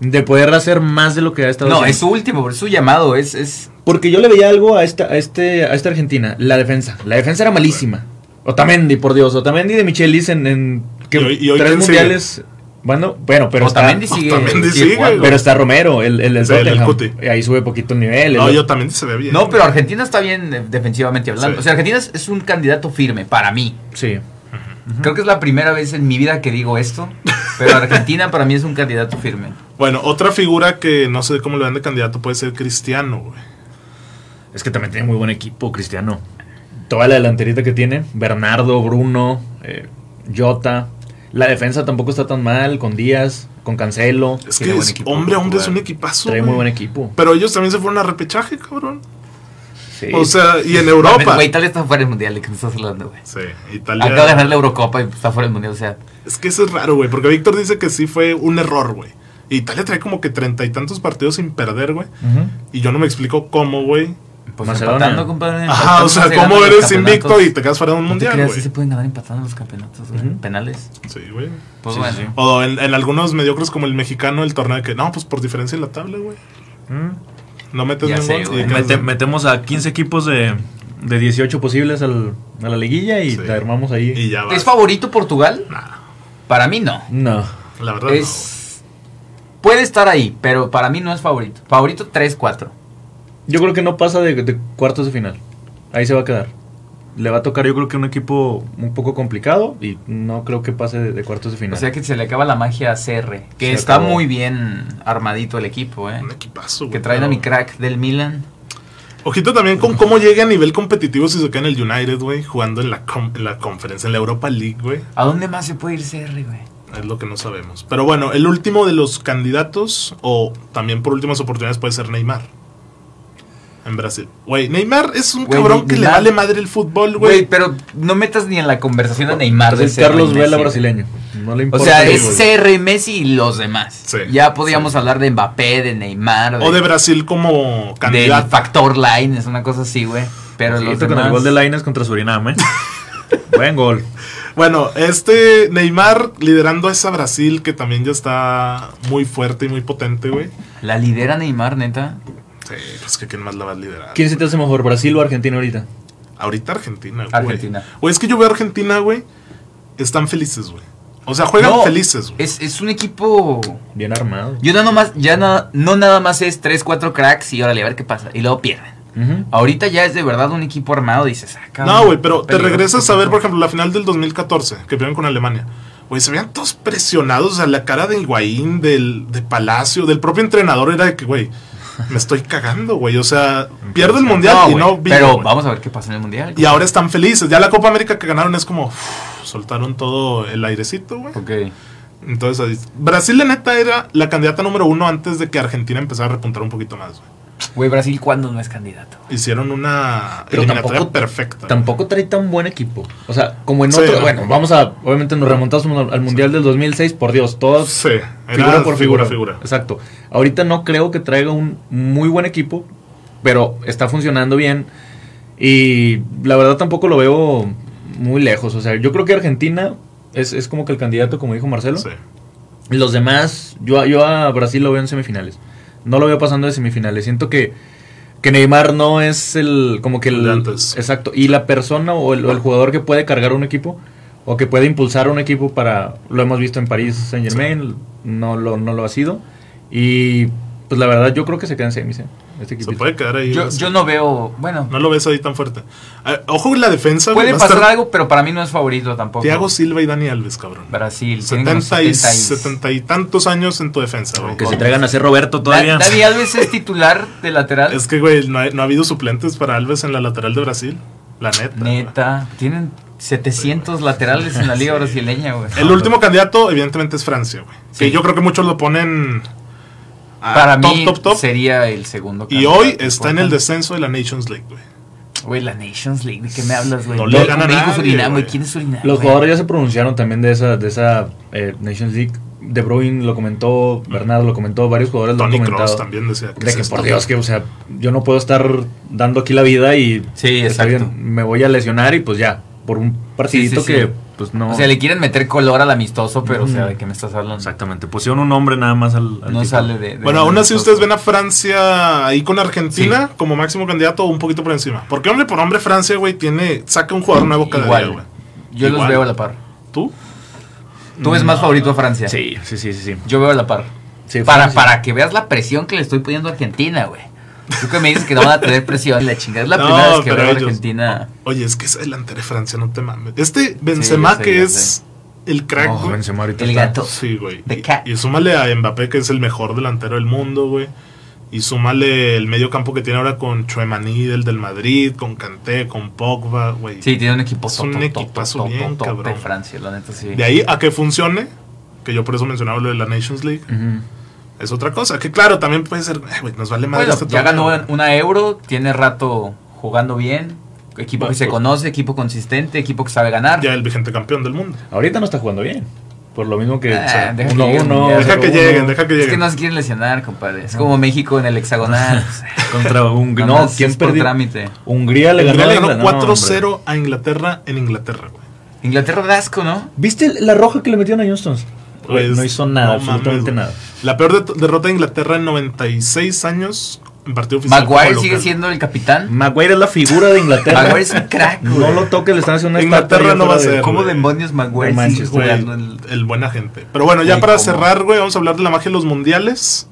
S3: de poder hacer más de lo que ha estado
S2: No,
S3: haciendo.
S2: es su último, pero es su llamado. Es, es
S3: Porque yo le veía algo a esta, a este, a esta Argentina, la defensa. La defensa era malísima. Otamendi, por Dios, Otamendi de Michelis en, en que
S1: ¿Y hoy- y hoy
S3: tres
S1: quién sigue?
S3: mundiales. Bueno, bueno, pero está,
S2: Otamendi sigue.
S1: Otamendi sigue,
S2: jugando.
S3: pero está Romero, el, el del
S1: Sí, el del
S3: Tottenham.
S1: Cuti.
S3: Y Ahí sube poquito el nivel.
S1: No,
S3: el-
S1: yo también se ve bien.
S2: No, pero Argentina está bien eh, defensivamente hablando.
S1: Sí.
S2: O sea, Argentina es, es un candidato firme para mí.
S3: Sí.
S2: Creo que es la primera vez en mi vida que digo esto.
S3: *laughs*
S2: Pero Argentina para mí es un candidato firme.
S1: Bueno, otra figura que no sé cómo lo dan de candidato puede ser Cristiano, güey.
S3: Es que también tiene muy buen equipo, Cristiano. Toda la delanterita que tiene, Bernardo, Bruno, eh, Jota. La defensa tampoco está tan mal, con Díaz, con Cancelo.
S1: Es
S2: Tiene
S1: que
S2: buen
S1: es
S2: equipo
S1: hombre a
S2: para
S1: hombre es un
S2: jugar.
S1: equipazo.
S3: Trae
S1: güey.
S3: muy buen equipo.
S1: Pero ellos también se fueron a repechaje, cabrón.
S3: Sí.
S1: O sea, y en Europa.
S2: Güey, Italia está fuera del mundial, ¿de qué me estás hablando, güey?
S1: Sí,
S2: Acaba de
S1: Italia.
S2: ganar la Eurocopa y está fuera del mundial, o sea.
S1: Es que eso es raro, güey, porque Víctor dice que sí fue un error, güey. Italia trae como que treinta y tantos partidos sin perder, güey.
S2: Mm.
S1: Y yo no me explico cómo, güey.
S2: Pues
S3: Macedonia.
S2: empatando, compadre.
S1: Ajá,
S2: empatando,
S1: o sea,
S2: se
S1: cómo
S2: ganan los
S1: eres invicto
S2: campeonatos.
S1: y te quedas fuera de un
S2: No te
S1: mundial,
S2: creas,
S1: güey.
S2: sí se pueden ganar empatando los campeonatos, güey.
S3: Ujú.
S2: Penales.
S1: Sí, güey.
S2: Pues
S3: Sí,
S2: bueno.
S3: sí, sí.
S1: O en, en algunos mediocres como el mexicano, el torneo que, no, pues por diferencia en la tabla, güey. ¿Mm? No metes
S2: Ya
S1: ni un
S2: sé,
S1: gol.
S2: güey.
S1: y quedas-
S3: Mete- metemos a 15 equipos de, de 18 posibles al- a la liguilla y
S1: Sí.
S3: la armamos ahí.
S1: Y ya va.
S2: ¿Es favorito Portugal?
S1: Nah,
S2: Para mí no.
S3: No.
S1: la verdad
S2: Es. Puede estar ahí, pero para mí no es favorito. Favorito 3-4.
S3: Yo creo que no pasa de, de cuartos de final. Ahí se va a quedar. Le va a tocar, yo creo que un equipo un poco complicado y no creo que pase de, de cuartos de final.
S2: O sea que se le acaba la magia a CR. Que
S3: Se
S2: está
S3: acabó.
S2: muy bien armadito el equipo, ¿eh?
S1: no. Un equipazo, güey.
S2: Que traen a
S1: Pero-
S2: mi crack del Milan.
S1: Ojito también con cómo llega a nivel competitivo si se queda en el United, güey, jugando en la, com- en la conferencia, en la Europa League, güey.
S2: ¿A dónde más se puede ir CR, güey?
S1: Es lo que no sabemos. Pero bueno, el último de los candidatos, o también por últimas oportunidades, puede ser Neymar. En Brasil. Güey, Neymar es un
S2: Güey,
S1: cabrón que
S2: Neymar-
S1: le vale madre el fútbol, güey.
S2: Güey,
S1: Pues
S2: pero no metas ni en la conversación a Neymar de
S3: Es el
S2: CR y
S3: Carlos
S2: Messi,
S3: Vela
S2: güey.
S3: brasileño.
S1: *laughs*
S3: No le
S2: O
S3: importa.
S2: sea,
S3: el
S2: es
S3: fútbol.
S2: CR, Messi y los demás.
S1: Sí,
S2: ya podíamos
S1: sí.
S2: hablar de Mbappé, de Neymar,
S1: O de Brasil como
S2: del
S1: candidato.
S2: factor line, es una cosa así, güey. Pero
S3: Sí,
S2: los
S3: con
S2: demás-
S3: el gol de Lainez contra
S2: *laughs*
S3: Surinam, ¿eh? Buen gol.
S1: Bueno, este Neymar liderando a esa Brasil que también ya está muy fuerte y muy potente, güey.
S2: La lidera Neymar, neta.
S1: Sí, pues que quién más la va a liderar.
S3: ¿Quién se te hace mejor, Brasil o Argentina ahorita?
S1: Ahorita Argentina, güey.
S2: Argentina.
S1: Güey, es que yo veo a Argentina, güey. Están felices, güey. O sea, juegan
S2: No,
S1: felices, güey.
S2: Es, es un equipo.
S3: Bien armado.
S2: Yo no nomás, ya na- no nada más es 3, 4 cracks y órale, a ver qué pasa. Y luego pierden.
S3: Ujú.
S2: Ahorita ya es de verdad un equipo armado, dices, ah, cabrón,
S1: No, güey, pero te
S2: peligroso.
S1: regresas a ver, por ejemplo, la final del 2014, que perdieron con Alemania. Güey, se veían todos presionados. O sea, la cara de Higuaín, del, de Palacio, del propio entrenador era de que, güey, me estoy cagando, güey. O sea,
S2: *laughs*
S1: pierdo el mundial
S2: No,
S1: y
S2: güey,
S1: no vino,
S2: Pero
S1: güey.
S2: vamos a ver qué pasa en el mundial.
S1: Y ahora están felices. Ya la Copa América que ganaron es como. uff, soltaron todo el airecito, güey.
S2: Ok.
S1: Entonces, ahí- Brasil, la neta, era la candidata número uno antes de que Argentina empezara a repuntar un poquito más, güey.
S2: Güey, Brasil, ¿cuándo no es candidato?
S1: Hicieron una
S3: Pero
S1: eliminatoria
S3: tampoco-
S1: perfecta.
S3: Tampoco trae tan buen equipo. O sea, como en
S1: Sí,
S3: otro.
S1: no.
S3: Bueno, vamos a. Obviamente nos remontamos al, al Mundial del 2006, por Dios.
S1: güey.
S3: Todos.
S1: Sí, era
S3: Figura por figura.
S1: figura.
S3: Exacto. Ahorita no creo que traiga un muy buen equipo, pero está funcionando bien. Y la verdad tampoco lo veo muy lejos. O sea, yo creo que Argentina es, es como que el candidato, como dijo Marcelo.
S1: Sí.
S3: Los demás, yo, a- yo a Brasil lo veo en semifinales. No lo veo pasando de semifinales. Siento que, que Neymar no es el. como que el.
S1: El de antes.
S3: Exacto. Y la persona o el, o el jugador que puede cargar un equipo o que puede impulsar un equipo para. Lo hemos visto en París Saint Germain, no, lo, no lo ha sido. Y pues la verdad, yo creo que se queda en semis. ¿eh? Este
S1: Se
S3: equipo.
S1: puede quedar ahí.
S2: Yo,
S1: así.
S2: yo no veo. Bueno,
S1: No lo ves ahí tan fuerte. Ah, ojo en la defensa. güey,
S2: puede
S1: va a estar
S2: pasar algo, pero para mí no es favorito tampoco.
S1: Thiago Silva y Dani Alves, cabrón.
S2: Brasil. tienen como
S1: 70 y,
S2: 70 y-
S1: 70 y tantos años en tu defensa, güey.
S3: Que se traigan a ser Roberto todavía.
S2: Da- Dani Alves es titular de lateral.
S1: Es que, güey, no ha, no ha habido suplentes para Alves en la lateral de Brasil. La neta.
S2: Neta. Tienen 700 laterales en la liga brasileña, güey.
S1: El último candidato, evidentemente, es Francia, güey.
S2: Sí. Ah,
S1: Que yo creo que muchos lo ponen a
S2: Para
S1: top,
S2: mí
S1: top, top.
S2: sería el segundo.
S1: Y
S2: candidato
S1: hoy está en el
S2: importante.
S1: descenso de la Nations League, güey.
S2: Güey, la Nations League, ¿de qué me hablas, güey?
S1: No le
S2: Yo-
S1: gana
S2: México,
S1: nadie,
S2: Surinam, güey.
S1: güey.
S2: ¿Quién es Surinam?
S3: Los
S2: güey?
S3: jugadores ya se pronunciaron también de esa, de esa eh, Nations League. De Bruyne lo comentó, Bernardo lo comentó, varios jugadores
S1: Tony
S3: lo han comentado.
S1: Cross también decía que
S3: De
S1: es
S3: que
S1: esto,
S3: por
S1: güey?
S3: Dios, que o sea, yo no puedo estar dando aquí la vida y
S2: Sí,
S3: está
S2: exacto.
S3: me voy a lesionar y pues ya, por un partidito
S2: Sí, sí, sí.
S3: que pues no.
S2: O sea, le quieren meter color al amistoso, pero, o sea, ¿de
S3: Ujú.
S2: qué me estás hablando?
S3: Exactamente, pusieron un nombre nada más al, al
S2: No
S3: tipo.
S2: sale de. de
S1: Bueno,
S2: un
S1: aún así
S2: amistoso.
S1: ustedes ven a Francia ahí con Argentina como máximo candidato o un poquito por encima. Porque hombre por hombre Francia, güey, tiene saca un jugador nuevo cada
S2: Igual.
S1: día, güey.
S2: Yo los
S1: Igual.
S2: veo a la par.
S1: ¿Tú?
S2: Tú ves más favorito a Francia.
S3: Sí, sí, sí, sí. sí.
S2: Yo veo a la par.
S3: Sí,
S2: para,
S3: Francia.
S2: para que veas la presión que le estoy poniendo a Argentina, güey. Tú que me dices que no van a tener presión. La chingada es
S1: *laughs*
S2: la
S1: No,
S2: primera vez que
S1: pero
S2: veo a
S1: ellos-
S2: Argentina.
S1: Oye, es que es delantero de Francia, no te mames. Este Benzema
S2: ya sé,
S1: que
S2: ya
S1: es
S2: sé.
S1: el crack,
S3: Oh,
S1: güey.
S3: Benzema ahorita
S2: El
S3: está-
S2: gato.
S1: Sí, güey.
S2: The
S1: Y-
S2: cat.
S1: Y, súmale a Mbappé, que es el mejor delantero del mundo, güey. Y súmale el medio campo que tiene ahora con Chuemaní, el del Madrid, con Kanté, con Pogba, güey.
S2: Sí, tiene un equipo
S1: Es un
S2: tototototototote
S1: equipazo bien, cabrón.
S2: Francia, la neta sí.
S1: De ahí a que funcione, que yo por eso mencionaba lo de la Nations League,
S3: Ujú.
S1: es otra cosa. Que claro, también puede ser, eh, güey, nos vale más
S2: Bueno, ya ganó una euro, tiene rato jugando bien, equipo
S1: Bueno,
S2: que se
S1: pues-
S2: conoce, equipo consistente, equipo que sabe ganar.
S1: Ya el vigente campeón del mundo.
S3: Ahorita no está jugando bien. Por lo mismo que
S2: Ah,
S3: o sea,
S2: deja que
S3: uno,
S2: lleguen,
S3: uno,
S2: ya.
S3: cero,
S1: Deja que
S3: uno.
S1: lleguen, deja que
S2: Es que
S1: lleguen.
S2: no se quieren lesionar, compadre. Es como México en el hexagonal.
S1: *laughs*
S3: Contra Hungría.
S2: Nada
S3: No,
S2: más
S3: ¿quién
S2: es por
S3: perdió?
S2: trámite.
S3: Hungría le ganó,
S1: Hungría
S3: a
S1: le ganó
S3: Inglaterra. No,
S1: 4-0 a Inglaterra en Inglaterra, güey.
S2: Inglaterra da asco, ¿no?
S3: hombre. ¿Viste la roja que le metieron a Johnston?
S1: Pues,
S3: no hizo nada,
S1: no
S3: absolutamente
S1: mames,
S3: nada.
S1: La peor de- derrota de Inglaterra en 96 años en partido oficial.
S2: Maguire
S1: como
S2: sigue
S1: local.
S2: siendo
S1: *laughs*
S2: el capitán.
S3: Maguire es la figura de Inglaterra.
S2: Maguire es un crack, güey.
S3: No lo toques, le están haciendo una
S1: Inglaterra
S3: estatua
S1: no va a
S3: de-
S1: ser.
S2: ¿Cómo
S1: güey.
S2: demonios Maguire
S3: No manches,
S2: sigue
S1: Güey,
S2: jugando
S1: el,
S2: en-
S1: buen agente. Pero bueno, ya
S2: Güey,
S1: para
S2: ¿cómo?
S1: cerrar, güey, vamos a hablar de la magia de los mundiales.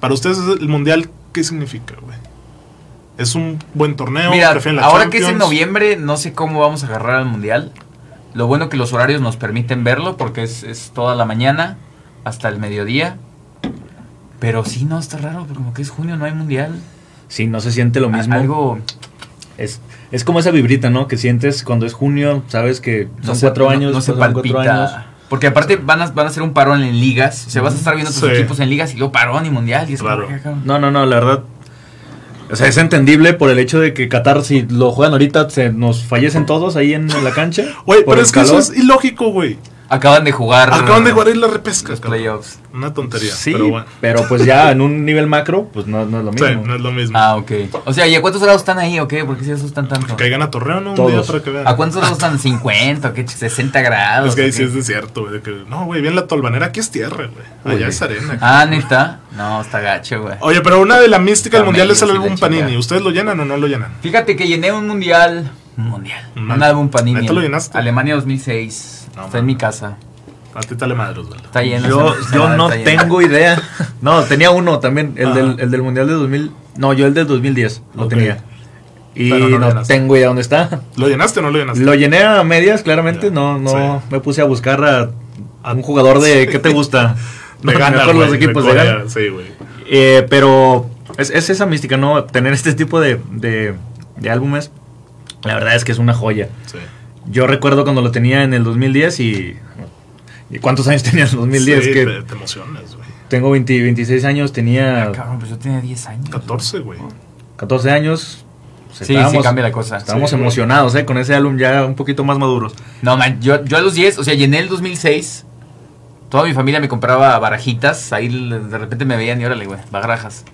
S1: Para ustedes, el mundial, ¿qué significa, güey? Es un buen torneo.
S2: Mira,
S1: prefieren la
S2: ahora que es en
S1: Champions?
S2: noviembre, no sé cómo vamos a agarrar al mundial. Lo bueno que los horarios nos permiten verlo porque es, es toda la mañana hasta el mediodía. Pero sí, no, está raro, porque como que es junio, no hay mundial.
S3: Sí, no se siente lo
S2: A-
S3: mismo.
S2: Algo.
S3: Es, es como esa vibrita, ¿no? Que sientes cuando es junio, sabes que son
S2: se-
S3: cuatro años,
S2: No, se
S3: pasan cuatro
S2: palpita.
S3: años.
S2: Porque aparte van a, van a hacer un parón en ligas. O sea, vas a estar viendo tus
S1: Sí.
S2: equipos en ligas y luego parón y mundial. Y es como,
S1: Claro.
S2: "Ah, cabrón".
S3: No, no, no, la verdad. O sea, es entendible por el hecho de que Qatar, si lo juegan ahorita, se nos fallecen todos ahí en la cancha.
S1: Güey,
S3: por
S1: pero
S3: el
S1: es que
S3: calor.
S1: eso es ilógico, güey.
S2: Acaban de jugar.
S1: Acaban de guardar la repesca,
S2: Ah, los
S1: cabrón.
S2: playoffs.
S1: Una tontería.
S3: Sí,
S1: pero bueno.
S3: pero pues ya en un nivel macro, pues no, no es lo mismo.
S1: Sí, no es lo mismo.
S2: Ah, ok. O sea, ¿y a cuántos grados están ahí o qué? ¿Por qué se asustan tanto?
S1: Caigan a Torreón un
S3: Todos.
S1: día para que vean.
S2: ¿A cuántos grados están? ¿50 o qué? ¿60 grados?
S1: Es que
S2: Ah, o
S1: ahí sí
S2: qué?
S1: es desierto, güey. de que, No, güey, bien la tolvanera aquí es tierra, güey. Allá es arena.
S2: Ah, neta. No, está gacho, güey.
S1: Oye, pero una de la mística del
S2: Camellos
S1: mundial es el
S2: y la
S1: álbum
S2: chingada.
S1: Panini. ¿Ustedes lo llenan o no lo llenan?
S2: Fíjate que llené un mundial. Un mundial.
S1: Un
S2: un
S1: álbum.
S2: álbum Panini.
S1: ¿Neta lo llenaste?
S2: Alemania 2006.
S1: No,
S2: está en
S1: mames.
S2: mi casa.
S1: A ti dale madre, Osvaldo.
S2: Está lleno.
S3: Yo,
S2: esa- esa
S3: yo
S2: madre
S3: no
S2: está llena.
S3: tengo
S2: *laughs*
S3: idea. No, tenía uno también, el,
S1: Ajá.
S3: del, el del Mundial de 2000. No, yo el del 2010 lo
S1: Ok.
S3: tenía. Y
S1: Pero no lo
S3: no,
S1: llenaste.
S3: tengo idea dónde está.
S1: ¿Lo llenaste o no lo llenaste?
S3: Lo llené a medias, claramente.
S1: Ya.
S3: No, no
S1: Sí.
S3: me puse a buscar a, a un
S1: *laughs*
S3: jugador de. ¿Qué te gusta?
S1: Me
S2: *laughs*
S3: No,
S1: ganan,
S3: mejor los
S1: güey,
S3: equipos de
S1: Corea,
S3: Ghana.
S1: Sí, güey.
S3: Eh, pero es, es esa mística, ¿no? Tener este tipo de, de, de álbumes, la verdad es que es una joya.
S1: Sí.
S3: Yo recuerdo cuando lo tenía en el 2010 y... ¿y ¿Cuántos años tenía en el 2010?
S1: Sí,
S3: que
S1: te, te emocionas, güey.
S3: tengo 20, 26 años, tenía
S2: Cabrón, pues yo tenía 10 años.
S1: 14, güey.
S3: 14 años. pues
S2: Sí, sí, cambia la cosa.
S3: Estábamos
S1: Sí, güey.
S3: emocionados, ¿eh? Con ese álbum ya un poquito más maduros.
S2: No, man, yo, yo a los 10, o sea, llené el 2006. Toda mi familia me compraba barajitas. Ahí l- de repente me veían y órale, güey, barajas.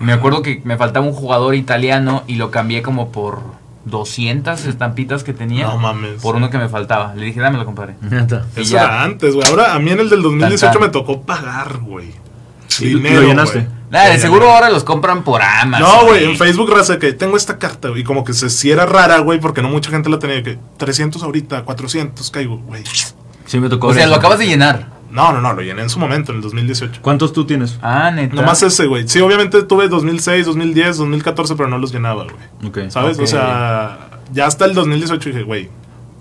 S2: Me acuerdo que me faltaba un jugador italiano y lo cambié como por 200 estampitas que tenía.
S1: No mames.
S2: Por uno que me faltaba. Le dije, dámelo, compadre.
S3: Neta.
S2: y
S1: Eso
S2: ya.
S1: era antes, güey. Ahora a mí en el del 2018
S2: Tan, tan.
S1: me tocó pagar, güey.
S3: ¿Y lo-
S1: Dinero,
S3: lo llenaste?
S1: güey.
S2: Nada, de
S1: Ya,
S2: seguro
S1: ya.
S2: ahora los compran por Amazon.
S1: No, güey, en Facebook raza que tengo esta carta güey, y como que se si era rara, güey, porque no mucha gente la tenía que 300 ahorita, 400 caigo, güey.
S3: Sí, me tocó.
S2: O sea,
S3: eso.
S2: lo acabas de llenar.
S1: No, no, no, lo llené en su momento en el 2018.
S3: ¿Cuántos tú tienes?
S2: Ah, neta.
S1: Nomás ese, güey. Sí, obviamente tuve 2006, 2010, 2014, pero no los llenaba, güey.
S3: Ok.
S1: ¿Sabes?
S2: Ok.
S1: O sea, ya hasta el 2018 dije, güey,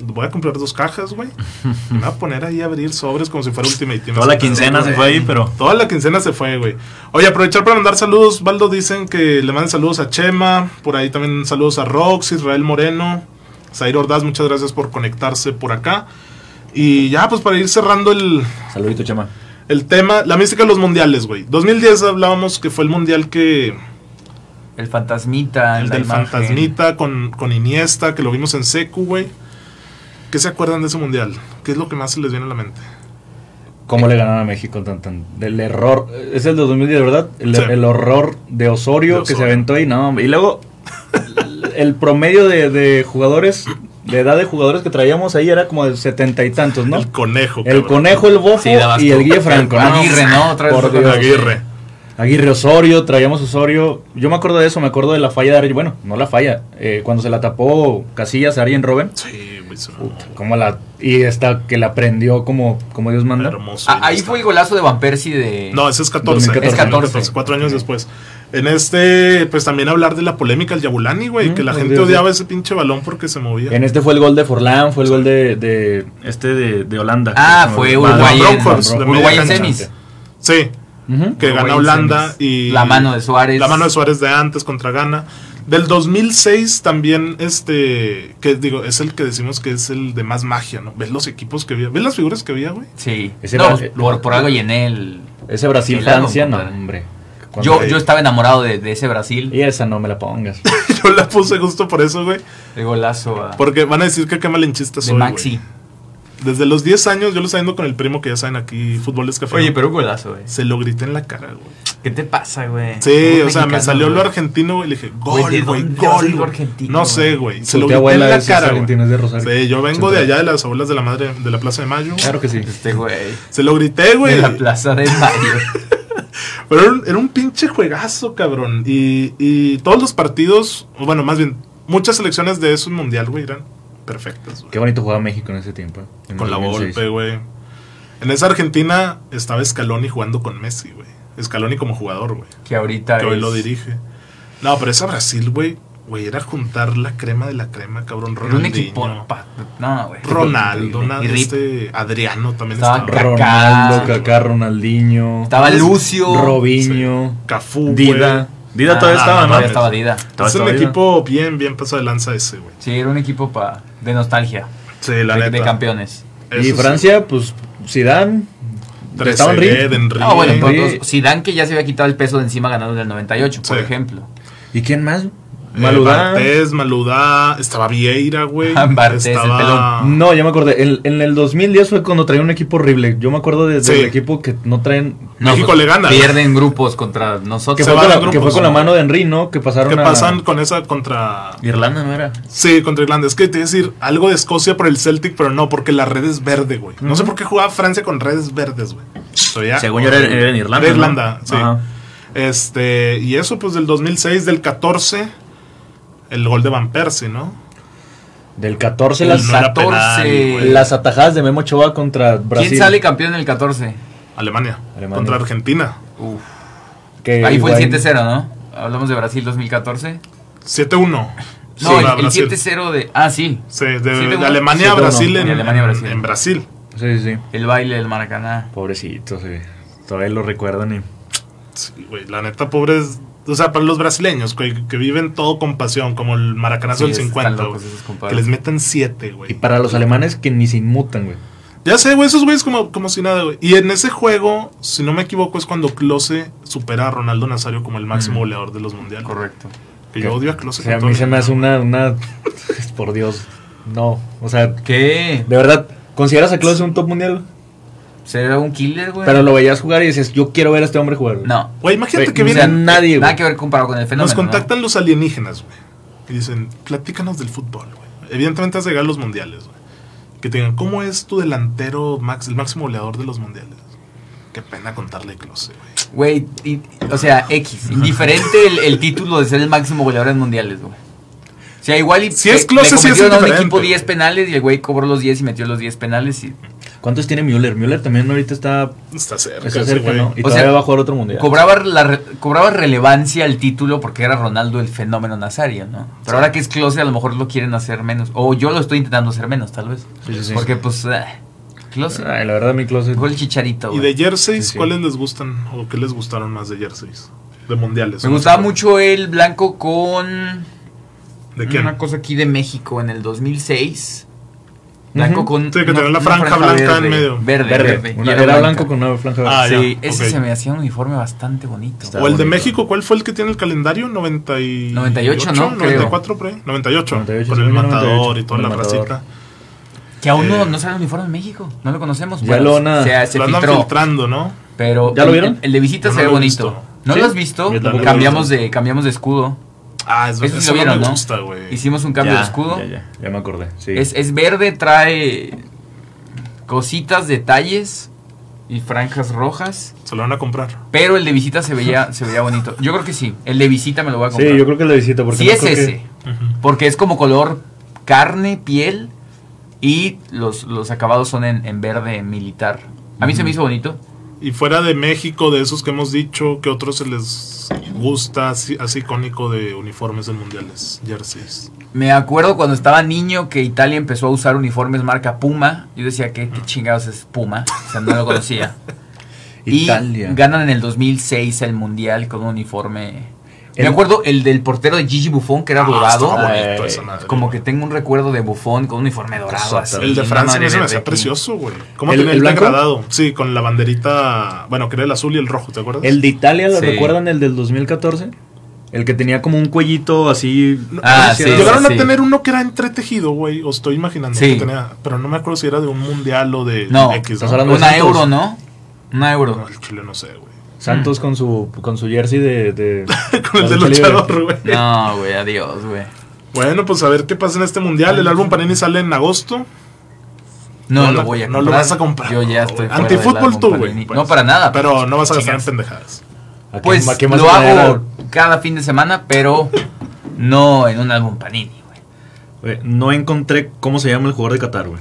S1: voy a comprar dos cajas, güey. y Me voy a poner ahí a abrir sobres como si fuera Ultimate Team.
S3: Toda la quincena se fue ahí, pero...
S1: Toda la quincena se fue, güey. Oye, aprovechar para mandar saludos. Valdo dicen que le manden saludos a Chema. Por ahí también saludos a Rox, Israel Moreno. Zair Ordaz, muchas gracias por conectarse por acá. Y ya, pues para ir cerrando el,
S3: Saludito, chama.
S1: el tema, la mística de los mundiales, güey. 2010 hablábamos que fue el mundial que.
S2: El fantasmita.
S1: El
S2: la
S1: del
S2: imagen.
S1: fantasmita con, con Iniesta, que lo vimos en Secu, güey. ¿Qué se acuerdan de ese mundial? ¿Qué es lo que más se les viene a la mente?
S3: ¿Cómo le ganaron a México tan tan? Del error. Es el de 2010, ¿verdad? El,
S1: Sí.
S3: el horror de Osorio,
S1: De
S3: que se
S1: Osorio.
S3: aventó ahí. No, hombre. y luego el- el promedio de, de jugadores, de edad de jugadores que traíamos ahí era como de setenta y tantos, ¿no?
S1: El conejo.
S3: El
S1: cabrón.
S3: conejo, el bofo
S2: Sí, dabas
S3: y
S2: tú.
S3: el guille franco. ¿no?
S2: Aguirre, ¿no? Otra vez
S3: Por
S2: otro
S3: Dios.
S1: Aguirre.
S3: Aguirre Osorio, traíamos Osorio. Yo me acuerdo de eso, me acuerdo de la falla de Ari. Bueno, no la falla. eh, cuando se la tapó Casillas a Arjen Robben.
S1: Sí, güey. se-
S3: Como la, y esta que la prendió como, como Dios manda.
S1: Hermoso.
S2: Ah, ahí
S1: Iniesta.
S2: fue el golazo de Van Persie de.
S1: No, ese es 14. Es
S3: 2014.
S1: 14.
S2: Es
S1: Cuatro años después. En este, pues también hablar de la polémica del Yabulani, güey.
S3: Mm,
S1: que la
S3: oh,
S1: gente
S3: Dios,
S1: odiaba ese pinche balón porque se movía.
S3: En este fue el gol de Forlán, fue el gol de, de este de, de Holanda.
S2: Ah,
S3: Como-
S2: fue
S3: Van
S2: Uruguay en-
S3: Bronckhorst,
S1: de
S3: Van
S1: media
S2: Uruguay en
S1: cancha.
S2: semis.
S1: Sí,
S3: Bronckhorst. Ujú.
S1: que
S2: Uruguay
S1: gana
S2: en
S1: Holanda
S2: semis.
S1: y.
S2: La mano de Suárez.
S1: La mano de Suárez de antes contra Ghana. Del 2006 también, este, que digo, es el que decimos que es el de más magia, ¿no? ¿Ves los equipos que había? ¿Ves las figuras que había, güey? *laughs*
S2: Sí.
S3: Ese
S2: no,
S3: era-
S2: por, por algo llené el.
S3: Ese Brasil
S2: Milano,
S3: Francia, no,
S2: compadre.
S3: hombre.
S2: Yo,
S1: Ok.
S2: yo estaba enamorado de, de ese Brasil.
S3: Y esa no me la pongas.
S1: Yo la puse justo por eso, güey.
S2: El golazo a-
S1: Porque van a decir que qué malinchista
S2: de
S1: soy,
S2: Maxi.
S1: güey. Desde los 10 años yo lo estaba viendo con el primo que ya saben aquí, fútbol es café.
S2: Oye, pero un golazo, güey.
S1: Se lo grité en la cara, güey.
S2: ¿Qué te pasa, güey?
S1: Sí,
S2: Somos
S1: o sea, me
S2: mexicanos,
S1: salió lo
S2: güey.
S1: argentino, güey. Le dije,
S2: Güey,
S1: gol,
S2: ¿de
S1: güey,
S2: dónde vas
S1: gol.
S2: algo
S1: güey".
S2: argentino,
S1: No sé,
S2: güey?
S1: güey. *laughs* Se
S3: Tu
S1: lo grité en
S3: tía abuela
S1: la
S3: es
S1: cara,
S3: argentina,
S1: güey.
S3: es de Rosario.
S1: Sí, yo vengo de
S3: Central.
S1: allá, de las abuelas de la madre, de la Plaza de Mayo. *laughs*
S3: Claro que sí.
S2: Este güey.
S1: Se lo grité, güey.
S2: De la plaza de Mayo.
S1: Pero era un, era un pinche juegazo, cabrón. Y, y todos los partidos, bueno, más bien, muchas selecciones de esos mundial, güey, eran perfectas, güey.
S3: Qué bonito jugaba México en ese tiempo. ¿eh? en
S1: Con la
S3: 2006.
S1: golpe, güey. En esa Argentina estaba Scaloni jugando con Messi, güey. Scaloni como jugador, güey.
S2: Que ahorita.
S1: Que hoy
S2: es-
S1: lo dirige. No, pero esa Brasil, güey, güey, era juntar la crema de la crema, cabrón.
S2: Era un
S1: Ronaldinho,
S2: equipo. pa- No, güey.
S1: Ronaldo,
S2: Increíble.
S1: na-
S2: Y Rip.
S1: este Adriano también
S2: Estaba
S1: estaba.
S2: Ra-
S3: Ronaldo,
S2: Kaká.
S3: Kaká, Ronaldinho.
S2: Estaba Lucio.
S3: Robinho.
S1: Cafú, güey.
S3: Dida. Dida
S2: Ah,
S3: todavía estaba, ¿no?
S2: Todavía estaba Dida.
S1: Es un
S3: Todavía.
S1: equipo bien, bien pasado de lanza ese, güey.
S2: Sí, era un equipo pa- de nostalgia.
S1: Sí, la
S2: de, de
S1: neta.
S2: campeones.
S3: Y
S1: Eso sí.
S3: Francia, pues Zidane. Estaba Henry.
S1: Trezeguet, Henry.
S2: Ah, bueno,
S3: pues-
S2: pero Zidane que ya se había quitado el peso de encima ganando en el 98, por
S1: Sí.
S2: ejemplo.
S3: ¿Y quién más?
S1: Eh,
S3: Maludá.
S1: Bartés, Maludá. Estaba Vieira, güey.
S2: Bartés, el pelón.
S3: No, ya me acordé. El- en el 2010 fue cuando traía un equipo horrible. Yo me acuerdo de- del
S1: Sí.
S3: equipo que no traen.
S1: México le gana.
S2: Pues, Pierden grupos contra
S3: Que,
S2: nosotros.
S1: Se
S3: fue
S1: va
S3: con,
S1: de
S3: la,
S1: grupos,
S3: que fue con la
S1: ¿no?
S3: mano de Henry, ¿no? Que pasaron
S1: ¿Qué
S3: a-
S1: pasan con esa contra.
S3: Irlanda, ¿no era?
S1: Sí, contra Irlanda. Es que te iba a decir algo de Escocia por el Celtic, pero no, porque la red es verde, güey. No sé por qué jugaba Francia con redes verdes, güey. Eso ya-
S3: Según yo era- era en Irlanda,
S1: Era
S3: ¿no?
S1: Irlanda, sí.
S3: Ajá.
S1: Este, y eso, pues del 2006, del 14, el gol de Van Persie, ¿no?
S3: Del 14
S2: El
S3: las,
S1: No era penal,
S2: 14.
S1: güey.
S3: las atajadas de Memo Ochoa contra Brasil.
S2: ¿Quién sale campeón en el 14?
S1: Alemania,
S3: Alemania.
S1: Contra Argentina.
S2: Uf.
S3: Que
S2: Ahí fue el
S3: Eh, Higuaín-
S2: 7-0, ¿no? Hablamos de Brasil 2014.
S1: 7-1.
S2: No,
S1: Sí,
S2: el,
S1: para
S2: el
S1: Brasil.
S2: 7-0 de. Ah, sí.
S1: Sí, de, de
S2: 7-1.
S1: Alemania a
S3: 7-1.
S1: Brasil en,
S2: De Alemania a Brasil.
S1: en Brasil.
S3: Sí, sí, sí.
S2: El baile del Maracaná.
S3: Pobrecito, sí. Todavía lo recuerdan y...
S1: Sí, güey, la neta, pobres. O sea, para los brasileños, güey, que viven todo con pasión, como el maracanazo
S2: Sí,
S1: del
S2: están
S1: 50,
S2: locos
S1: güey,
S2: esos compadres.
S1: Que les metan 7, güey.
S3: Y para los alemanes que ni se inmutan, güey.
S1: Ya sé, güey, esos güeyes como, como si nada, güey. Y en ese juego, si no me equivoco, es cuando Close supera a Ronaldo Nazario como el máximo
S2: Mm.
S1: goleador de los mundiales.
S2: Correcto.
S1: Que yo odio a Close.
S3: O sea, a
S1: con todo
S3: mí se
S1: el-
S3: me hace una... una... *laughs* Por Dios. No. O sea,
S2: ¿Qué?
S3: de verdad, ¿consideras a Klose un top mundial?
S2: ¿Será un killer, güey?
S3: Pero lo veías jugar y decías, yo quiero ver a este hombre jugar. güey".
S2: No.
S1: Güey, imagínate
S3: Güey,
S1: que
S3: o sea,
S1: vienen,
S3: nadie, güey.
S2: Nada que ver comparado con el fenómeno.
S1: nos
S2: ¿no?
S1: contactan los alienígenas, güey. Y dicen, platícanos del fútbol, güey. Evidentemente has de llegar a los mundiales, güey. Que te digan, ¿cómo es tu delantero, max, el máximo goleador de los mundiales? Qué pena contarle a Close, güey.
S2: Güey, y- o sea, X. Indiferente el, el título de ser el máximo goleador en mundiales, güey. O sea, igual y
S1: Si es
S2: le-
S1: Klose, sí
S2: le
S1: es
S2: cometieron a un
S1: indiferente,
S2: equipo 10
S1: güey.
S2: penales y el güey cobró los 10 y metió los 10 penales y
S3: ¿Cuántos tiene Müller? Müller también ahorita está...
S1: Está cerca,
S3: Está
S1: ese
S3: cerca,
S1: güey.
S3: ¿no? Y
S2: O
S3: todavía
S2: sea,
S3: va a jugar otro mundial.
S2: cobraba, la re- cobraba relevancia al título porque era Ronaldo el fenómeno nazario, ¿no? Pero ahora que es Klose a lo mejor lo quieren hacer menos. O yo lo estoy intentando hacer menos, tal vez.
S3: Sí, sí, sí.
S2: Porque pues... ah, Klose.
S3: Ay, la verdad, mi closet...
S2: Gol chicharito,
S1: ¿Y
S2: güey.
S1: de jerseys,
S3: Sí, sí.
S1: cuáles les gustan o qué les gustaron más de jerseys? De mundiales.
S2: Me
S1: ¿no?
S2: gustaba mucho el blanco con...
S1: ¿De quién?
S2: Una cosa aquí de México en el 2006. Blanco
S3: Ujú.
S2: con.
S1: Sí, que tenía la franja blanca en medio.
S2: Verde, verde.
S3: Verde. Una-
S2: y
S3: era blanco con una franja verde.
S1: Ah, ya,
S2: sí, ese
S1: ok.
S2: se me hacía un uniforme bastante bonito.
S3: Está-
S1: O el de
S3: bonito.
S1: México, ¿cuál fue el que tiene el calendario? 98,
S2: 98, ¿no?
S1: 94, por ahí. 98,
S3: 98,
S1: con el
S3: sí,
S1: matador
S3: 98,
S1: y toda la
S3: con el matador.
S1: racita.
S2: Que aún no,
S1: Eh.
S2: no sale el uniforme en México. No lo conocemos.
S3: Ya
S2: pero
S3: lo van a-
S2: se, se
S1: Lo andan
S2: filtró.
S1: filtrando, ¿no?
S2: Pero
S3: ¿Ya lo
S2: el-
S3: vieron?
S2: El, de visita
S1: Yo no
S2: se ve
S1: lo he
S2: bonito.
S1: visto.
S2: ¿No
S3: ¿Sí?
S2: lo has visto?
S3: Yo tampoco lo he
S2: Cambiamos
S1: visto.
S2: de, cambiamos de escudo.
S1: Ah, es
S2: Eso sí
S1: eso
S2: lo
S1: no
S2: vieron,
S1: me
S2: ¿no?
S1: gusta, güey.
S2: Hicimos un cambio de escudo.
S3: Ya, ya, ya me acordé. Sí.
S2: Es, es verde, trae cositas, detalles y franjas rojas.
S1: Se lo van a comprar.
S2: Pero el de visita se veía, se veía bonito. Yo creo que sí. El de visita me lo voy a
S3: sí,
S2: comprar.
S3: yo creo que es la visita. Porque
S2: Sí
S3: no
S2: es
S3: creo que-
S2: ese.
S1: Ujú.
S2: Porque es como color carne, piel y los, los acabados son en, en verde militar. A mí se me hizo bonito.
S1: Y fuera de México, de esos que hemos dicho, ¿qué otros se les gusta así, así icónico de uniformes del mundiales? Jerseys.
S2: Me acuerdo cuando estaba niño que Italia empezó a usar uniformes marca Puma. Yo decía, ¿qué, qué chingados es Puma? O sea, no lo conocía.
S3: *laughs*
S2: y
S3: Italia.
S2: ganan en el 2006 el Mundial con un uniforme Me acuerdo el del portero de Gigi Buffon,
S3: Ah,
S2: que era dorado.
S1: estaba bonito
S2: eh,
S1: esa madre,
S2: como
S1: güey.
S2: que tengo un recuerdo de Buffon con un uniforme dorado.
S3: Exacto.
S2: así,
S1: El de
S2: una
S1: Francia
S2: madre
S1: ese me
S2: verde.
S1: hacía precioso, güey. ¿Cómo
S3: ¿El-
S1: tenía
S3: el
S1: el,
S3: blanco?
S1: degradado? Sí, con la banderita, bueno, que era el azul y el rojo, ¿te acuerdas?
S3: El de Italia, ¿lo
S2: Sí.
S3: recuerdan? El del 2014. El que tenía como un cuellito así.
S2: Ah,
S3: así
S2: sí,
S3: era-
S1: Llegaron
S2: sí.
S1: a tener uno que era entretejido, güey. Os estoy imaginando
S2: Sí.
S1: que tenía. Pero no me acuerdo si era de un mundial o de
S2: No,
S1: X. Pues
S3: estás hablando de
S2: Una
S3: Santos.
S2: euro, ¿no? Una euro.
S1: No, el chile no sé, güey. *laughs*
S3: Santos con su, con su jersey de. de-
S1: Con el
S3: de
S1: de
S3: lucha libre.
S1: luchador, güey.
S2: No, güey, adiós, güey.
S1: Bueno, pues a ver qué pasa en este mundial. El álbum Panini sale en agosto.
S2: No,
S1: No
S2: lo
S1: la-
S2: voy a comprar.
S1: no lo vas a comprar,
S2: Yo ya
S1: no,
S2: estoy.
S1: güey.
S2: fuera
S1: Antifútbol
S2: del álbum
S1: tú, güey,
S2: Panini.
S1: pues.
S2: No, para nada.
S1: Pero no vas a gastar en
S2: Chingas.
S1: pendejadas.
S3: ¿A qué-
S2: Pues
S3: a qué más
S2: lo
S3: le
S2: hago
S3: era?
S2: cada fin de semana, pero no en un álbum Panini, güey.
S3: Güey, No encontré cómo se llama el jugador de Qatar, güey.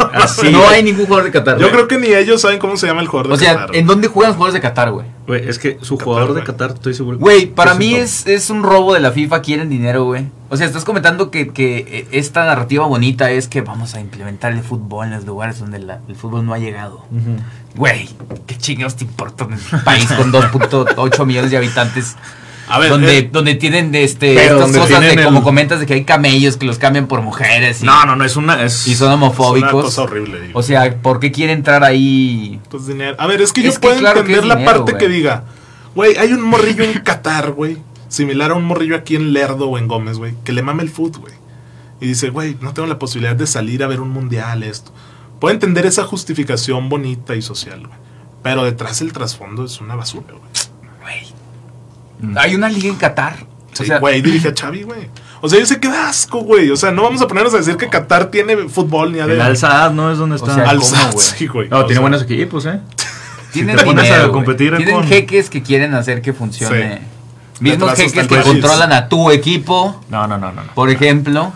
S3: Ah, Así.
S2: no
S3: güey.
S2: hay ningún jugador de Qatar.
S1: Yo
S2: güey.
S1: creo que ni ellos saben cómo se llama el jugador de
S2: O sea,
S1: Qatar,
S2: ¿en
S1: güey.
S2: dónde juegan los jugadores de Qatar, güey?
S3: Güey, es que su
S1: Qatar,
S3: jugador de
S1: güey.
S3: Qatar, estoy seguro.
S2: Güey, para
S3: un
S2: mí
S3: top.
S2: es, es un robo de la FIFA, quieren dinero, güey. O sea, estás comentando que, que eh, esta narrativa bonita es que vamos a implementar el fútbol en los lugares donde la- el fútbol no ha llegado.
S3: Ujú.
S2: Güey, ¿qué chingados te importa un país
S3: *laughs*
S2: con 2.8 millones de habitantes?
S1: A ver,
S2: donde,
S1: eh,
S2: donde tienen de este,
S3: Pero
S2: estas
S3: donde
S2: cosas de
S3: tienen el-
S2: como comentas de que hay camellos que los cambian por mujeres y,
S3: No, no, no, es una. Es...
S2: y son homofóbicos.
S1: Es una cosa horrible. digo.
S2: O sea, ¿por qué quiere entrar ahí?
S1: Pues dinero. A ver, es que yo
S2: Es que
S1: puedo
S2: claro que
S1: entender
S2: es
S1: la
S2: dinero,
S1: parte que
S2: güey.
S1: diga, güey, hay un morrillo en Qatar, güey, similar a un morrillo aquí en Lerdo o en Gómez, güey, que le mame el fútbol, güey. Y dice, güey, no tengo la posibilidad de salir a ver un mundial, esto. Puedo entender esa justificación bonita y social, güey. Pero detrás el trasfondo es una basura, güey.
S2: Güey.
S3: Mm.
S2: Hay una liga en Qatar.
S1: Sí,
S2: o sea,
S1: güey, dirige a Xavi, güey. O sea, yo sé que da asco, güey. O sea, no vamos a ponernos a decir que Qatar tiene fútbol ni a
S3: El Al Saad no es donde está.
S2: sea,
S1: Al
S2: ¿cómo,
S1: Sadd,
S2: güey?
S1: sí, güey.
S3: no,
S1: O
S3: tiene
S1: sea,
S3: buenos equipos, ¿eh?
S2: tienen
S3: te pones a
S2: dinero, güey.
S3: competir
S2: Tienen
S3: con-
S2: jeques que quieren hacer que funcione.
S1: Sí.
S2: Mismos
S1: Detrás está
S2: jeques
S1: el
S2: que
S1: París.
S2: controlan a tu equipo,
S3: No, no, no, no. no.
S2: por ejemplo.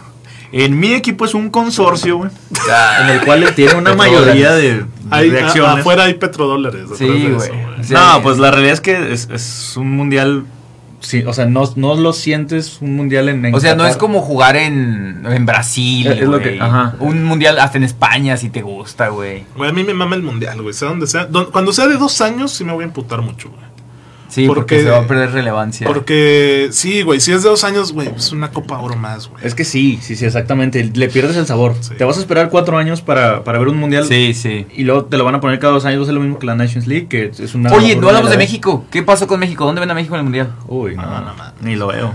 S3: En mi equipo es un consorcio, güey. En
S2: Ah,
S3: el cual él tiene una mayoría de,
S1: Ahí,
S3: de
S1: a-
S3: acciones.
S1: afuera hay petrodólares. detrás
S2: Sí,
S1: de eso,
S2: güey. Sí.
S3: No, pues la realidad es que es, es un mundial. Sí, o sea, no, no lo sientes un mundial en. en
S2: o sea, no
S3: Qatar.
S2: es como jugar en, en Brasil,
S3: Es- es lo que-
S2: güey.
S3: ajá.
S2: Un mundial hasta en España, si te gusta, güey.
S1: Güey, a mí me mama el mundial, güey. Sea donde sea. Don- cuando sea de dos años, sí me voy a emputar mucho, güey.
S2: Sí, porque,
S1: Porque-
S2: se va a perder relevancia.
S1: Porque, sí, güey, si es de dos años, güey, es una copa oro más, güey.
S3: Es que sí, sí, sí, exactamente. Le pierdes el sabor.
S1: Sí.
S3: Te vas a esperar cuatro años para, para ver un mundial.
S2: Sí, sí.
S3: Y luego te lo van a poner cada dos años. Va a ser lo mismo que la Nations League, que es una.
S2: Oye, no hablamos de
S3: una-
S2: México. ¿Qué pasó con México? ¿Dónde ven a México en el mundial?
S3: Uy, no,
S1: No, no mames.
S3: ni lo veo.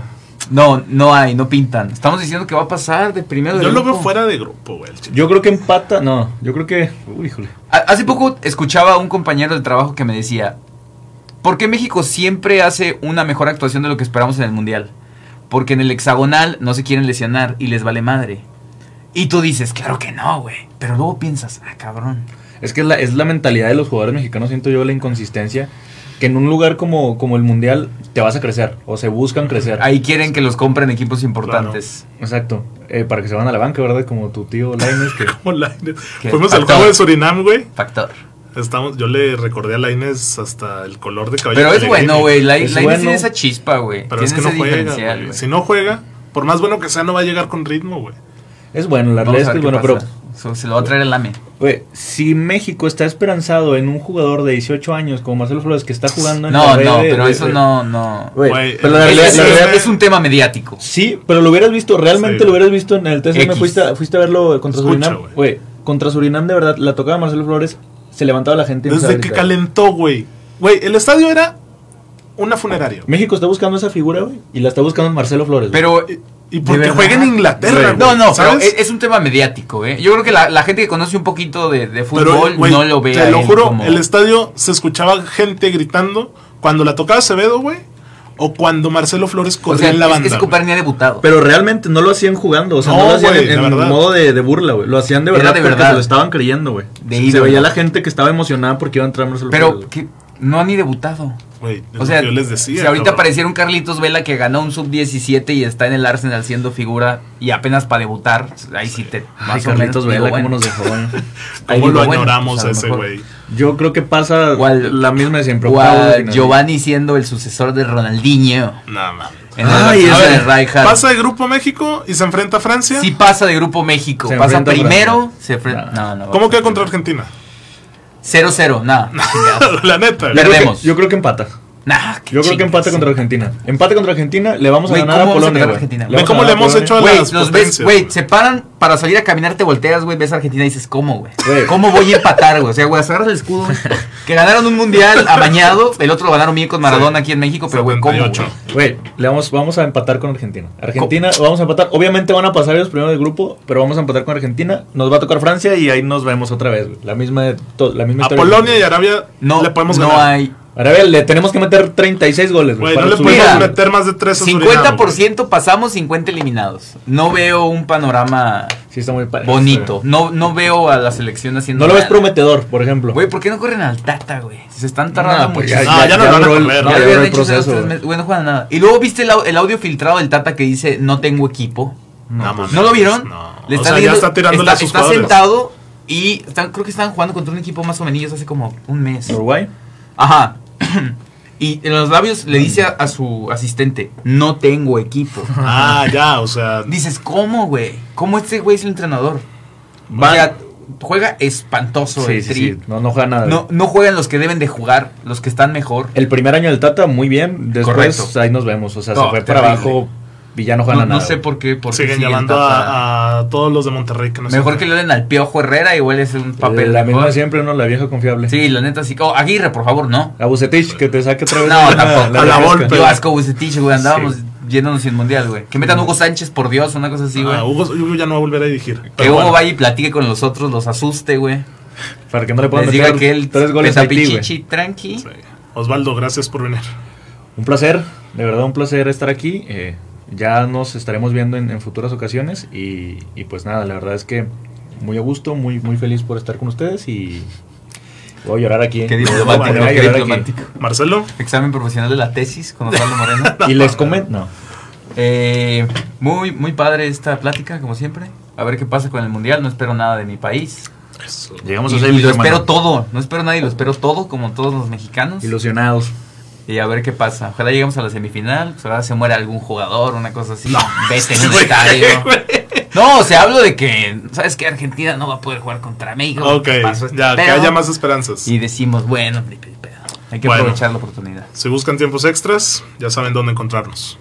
S2: No, no hay, no pintan. Estamos diciendo que va a pasar de primero de
S1: Yo lo
S2: grupo.
S1: veo fuera de grupo, güey. el chile. *laughs*
S3: Yo creo que empata. No, yo creo que. Uy, híjole.
S2: Ha- Hace poco escuchaba a un compañero del trabajo que me decía, ¿por qué México siempre hace una mejor actuación de lo que esperamos en el Mundial? Porque en el hexagonal no se quieren lesionar y les vale madre. Y tú dices, claro que no, güey. Pero luego piensas, ah, cabrón.
S3: Es que es la, es la mentalidad de los jugadores mexicanos, siento yo, la inconsistencia. Que en un lugar como, como el Mundial te vas a crecer, o se buscan crecer.
S2: Ahí quieren que los compren equipos importantes.
S3: Exacto. Eh, para que se van a la banca, ¿verdad? Como tu tío Lainez, que
S1: Como Lainez.
S2: ¿Qué?
S1: Fuimos al
S2: Factor.
S1: juego de Surinam, güey.
S2: Factor.
S1: Estamos, yo le recordé a Laines hasta el color de cabello.
S2: Pero
S1: de
S2: es bueno,
S1: Pellegrini.
S2: güey. La,
S3: Es
S2: la
S3: bueno.
S2: tiene esa chispa, güey.
S1: Pero
S2: tiene
S1: es que no
S2: ese
S1: juega,
S2: diferencial,
S1: güey.
S2: güey.
S1: Si no juega, por más bueno que sea, no va a llegar con ritmo, güey.
S3: es bueno, la
S2: Vamos
S3: realidad es
S2: a
S3: que es
S2: ver
S3: bueno,
S2: qué
S3: pero
S2: pasa. So, se lo va a traer el AME.
S3: güey, si México está esperanzado en un jugador de 18 años como Marcelo Flores que está jugando en la
S2: No,
S3: B
S2: no,
S3: de-
S2: pero
S3: de-
S2: eso
S3: de-
S2: no, no.
S3: Güey,
S1: Güey,
S3: pero la
S1: es-
S3: realidad,
S2: Es,
S3: la
S1: es-
S3: realidad-
S2: es un tema mediático.
S3: Sí, pero lo hubieras visto, realmente
S1: Sí.
S3: lo hubieras visto en el TSM.
S2: X.
S3: Fuiste, a- fuiste a verlo contra
S1: Escucha,
S3: Surinam. Güey, contra Surinam, de verdad, la tocaba Marcelo Flores, se levantaba la gente. y empezaba a
S1: Desde que
S3: gritar.
S1: calentó, güey. Güey, el estadio era una funeraria. güey.
S3: México está buscando esa figura, güey, y la está buscando Marcelo Flores. güey.
S2: Pero
S1: Y
S2: ¿De
S1: porque
S2: verdad?
S1: juega en Inglaterra, güey.
S2: No, no, pero
S1: ¿sabes?
S2: es, es un tema mediático, ¿eh? Yo creo que la, la gente que conoce un poquito de, de
S1: Pero,
S2: fútbol
S1: güey,
S2: no lo ve. a
S1: Te lo
S2: él
S1: juro,
S2: como-
S1: el estadio se escuchaba gente gritando cuando la tocaba Acevedo, güey. O cuando Marcelo Flores
S2: o
S1: corría
S2: sea,
S1: en la
S2: es-
S1: banda.
S2: Es, que
S1: güey.
S2: compadre ni ha debutado.
S3: Pero realmente no lo hacían jugando, o sea, no,
S1: No,
S3: lo hacían
S1: güey,
S3: en-
S1: la
S3: en,
S1: verdad.
S3: modo de, de burla, güey. Lo hacían de
S2: Era
S3: verdad,
S2: de
S3: porque
S2: verdad.
S3: se lo estaban creyendo, güey.
S2: De
S3: Se
S2: ídolo.
S3: veía la gente que estaba emocionada porque iba a entrar Marcelo
S2: Pero
S3: Flores, güey.
S2: que no ha ni debutado.
S1: Güey, es
S2: O sea,
S1: lo que yo les decía.
S2: si ahorita
S1: cabrón.
S2: apareciera un Carlitos Vela que ganó un sub-17 y está en el Arsenal siendo figura y apenas para debutar, ahí sí te...
S3: Ay,
S2: más o
S3: Ah, Carlitos
S2: menos,
S3: Vela,
S2: digo,
S3: cómo
S2: bueno.
S3: nos dejó, güey.
S2: Ahí
S1: ¿Cómo
S2: digo,
S1: lo
S2: bueno,
S1: añoramos
S2: pues, a
S1: a
S2: lo
S1: ese
S2: mejor.
S1: güey?
S3: *laughs* Yo creo que pasa
S2: Cual-
S3: la misma de siempre.
S2: O a
S3: octavos de final.
S2: Giovanni siendo el sucesor de Ronaldinho
S1: Nada más.
S2: en
S3: Ay,
S2: el
S3: es
S2: Barcelona de
S3: ver-
S2: Rijkaard.
S1: Pasa de Grupo México y se enfrenta a Francia.
S2: Sí pasa de Grupo México.
S3: Se
S2: pasa
S3: enfrenta a
S2: primero,
S3: Brasil. Ah.
S2: se enfrenta...
S3: No.
S2: No, no.
S1: ¿Cómo queda contra Argentina?
S2: 0-0, nada.
S1: *laughs* la neta.
S3: Yo
S2: Ah.
S3: creo que-
S2: Perdemos.
S3: Yo creo que empata.
S2: Nah, qué
S3: Yo creo que
S2: chingas.
S3: empate contra Argentina. Empate contra Argentina, le vamos a
S2: Güey,
S3: ganar a
S2: ¿cómo vamos a
S3: Polonia.
S2: ganar a
S3: güey.
S2: Argentina?
S3: vamos
S1: Ve cómo
S3: a
S1: le
S3: ganar a
S1: hemos hecho a
S2: Güey,
S1: las
S2: los ves,
S1: potencias.
S2: güey, se paran para salir a caminar, te volteas, güey, ves a Argentina y dices, ¿cómo, güey?
S3: Güey.
S2: ¿Cómo voy a empatar, güey? O sea, güey, agarras el
S1: *laughs*
S2: escudo, güey. Que ganaron un mundial amañado, el otro lo ganaron bien con Maradona aquí en México, pero, güey, ¿cómo? güey?
S1: 78.
S3: Güey, le vamos, vamos a empatar con Argentina. Argentina, vamos a empatar. Obviamente van a pasar ellos primero del grupo, pero vamos a empatar con Argentina. Nos va a tocar Francia y ahí nos vemos otra vez, güey. La misma, de to- la misma
S1: A
S3: historia.
S1: Polonia y Arabia
S2: No,
S1: le podemos
S2: no
S1: ganar.
S2: hay.
S3: Arabia le tenemos que meter 36 goles,
S1: Güey,
S3: güey.
S1: no
S3: para
S1: le
S3: subir.
S1: podemos
S2: Mira,
S1: meter más de 3 a Surinam, güey.
S2: 50% pasamos, 50 eliminados. No veo un panorama
S3: Sí, está muy padre.
S2: bonito. No, no veo a la selección haciendo
S3: No lo ves
S2: nada.
S3: prometedor, por ejemplo.
S2: Güey, ¿por qué no corren al Tata, güey? Se están tardando
S3: No, pues
S2: muchísimo.
S1: Ah, ya no lo van a
S3: duró el-
S1: comer,
S3: ya
S1: ¿no?
S2: Ya
S3: duró
S2: habían
S3: el
S2: hecho esos
S3: proceso,
S2: tres
S3: güey.
S2: meses. Güey, no juegan nada. Y luego viste el, au- el audio filtrado del Tata que dice, no tengo equipo.
S1: Ah, No, mames.
S2: ¿No lo vieron?
S1: No.
S2: Le
S1: o sea,
S2: están
S1: ya
S2: viendo-
S1: está tirándole
S2: está,
S1: a sus
S2: está
S1: jugadores.
S2: sentado y están- creo que estaban jugando contra un equipo más o menos hace como un mes.
S3: Uruguay.
S2: Ajá. *clears throat* Y en los labios le dice a, a su asistente, no
S3: *laughs*
S2: tengo equipo.
S1: Ah, ya, o sea.
S2: Dices, ¿cómo, güey? ¿Cómo este güey es el entrenador?
S3: Van-
S2: O sea, juega espantoso
S3: Sí,
S2: el
S3: sí,
S2: tri.
S3: sí. No, no juega nada.
S2: No, no juegan los que deben de jugar, los que están mejor.
S3: El primer año del Tata, muy bien. Después
S2: Correcto.
S3: ahí nos vemos. O sea,
S2: No,
S3: se fue
S2: terrible.
S3: para abajo y ya no juega
S2: No,
S3: nada.
S2: no sé
S3: güey.
S2: por qué. Por qué
S1: siguen
S2: siguen
S1: llamando
S2: Tata.
S1: a, a todos los de Monterrey que no
S2: Mejor
S1: se-
S2: que le den al Piojo Herrera y huele un
S3: Eh,
S2: papel.
S3: La misma
S2: mejor.
S3: de siempre, ¿no? La vieja confiable.
S2: Sí, la neta sí. Oh, Aguirre, por favor, no.
S3: A Bucetich, que te saque otra vez.
S2: No,
S3: la-
S2: tampoco.
S1: A la
S3: refresca.
S1: Volpe.
S2: Yo asco Bucetich, güey. Andábamos
S3: Sí.
S2: yéndonos sin mundial, güey. Que metan Hugo Sánchez, por Dios, una cosa así, güey.
S1: Ah, Hugo, Hugo ya no va a volver a dirigir.
S2: eh. que
S1: Pero
S2: Hugo
S1: bueno.
S2: vaya y platique con los otros, los asuste, güey.
S3: Para que no le puedan
S2: Les
S3: meter
S2: diga que él
S3: tres goles a Haití, güey.
S2: petapichichi, tranqui.
S1: Sí. Osvaldo, gracias por venir.
S3: Un placer, de verdad un placer estar aquí. eh, ya nos estaremos viendo en, en futuras ocasiones. Y, y pues nada, la verdad es que muy a gusto, muy, muy feliz por estar con ustedes. Y voy a llorar aquí.
S2: Qué
S1: diplomático,
S3: Voy a
S2: qué
S3: llorar aquí.
S2: diplomático.
S1: Marcelo,
S2: Examen profesional de la tesis con Osvaldo
S1: *laughs*
S2: Moreno.
S3: Y les comento. No.
S2: Eh, muy, muy padre esta plática, como siempre. A ver qué pasa con el mundial. No espero nada de mi país.
S3: Llegamos
S2: Y-
S3: a ser
S2: y lo
S3: mis hermanos.
S2: espero todo. No espero nada y lo espero todo, como todos los mexicanos.
S3: Ilusionados.
S2: Y a ver qué pasa. Ojalá lleguemos a la semifinal. pues, ojalá se muera algún jugador, una cosa así.
S1: *laughs*
S2: Vete en un estadio. No, o sea, hablo de que, ¿sabes que Argentina no va a poder jugar contra México.
S1: ok,
S2: Pasó este
S1: ya, que
S2: pedo.
S1: haya más esperanzas.
S2: Y decimos, bueno, ni pedo. hay que
S1: Bueno.
S2: aprovechar la oportunidad.
S1: Si buscan tiempos extras, ya saben dónde encontrarnos.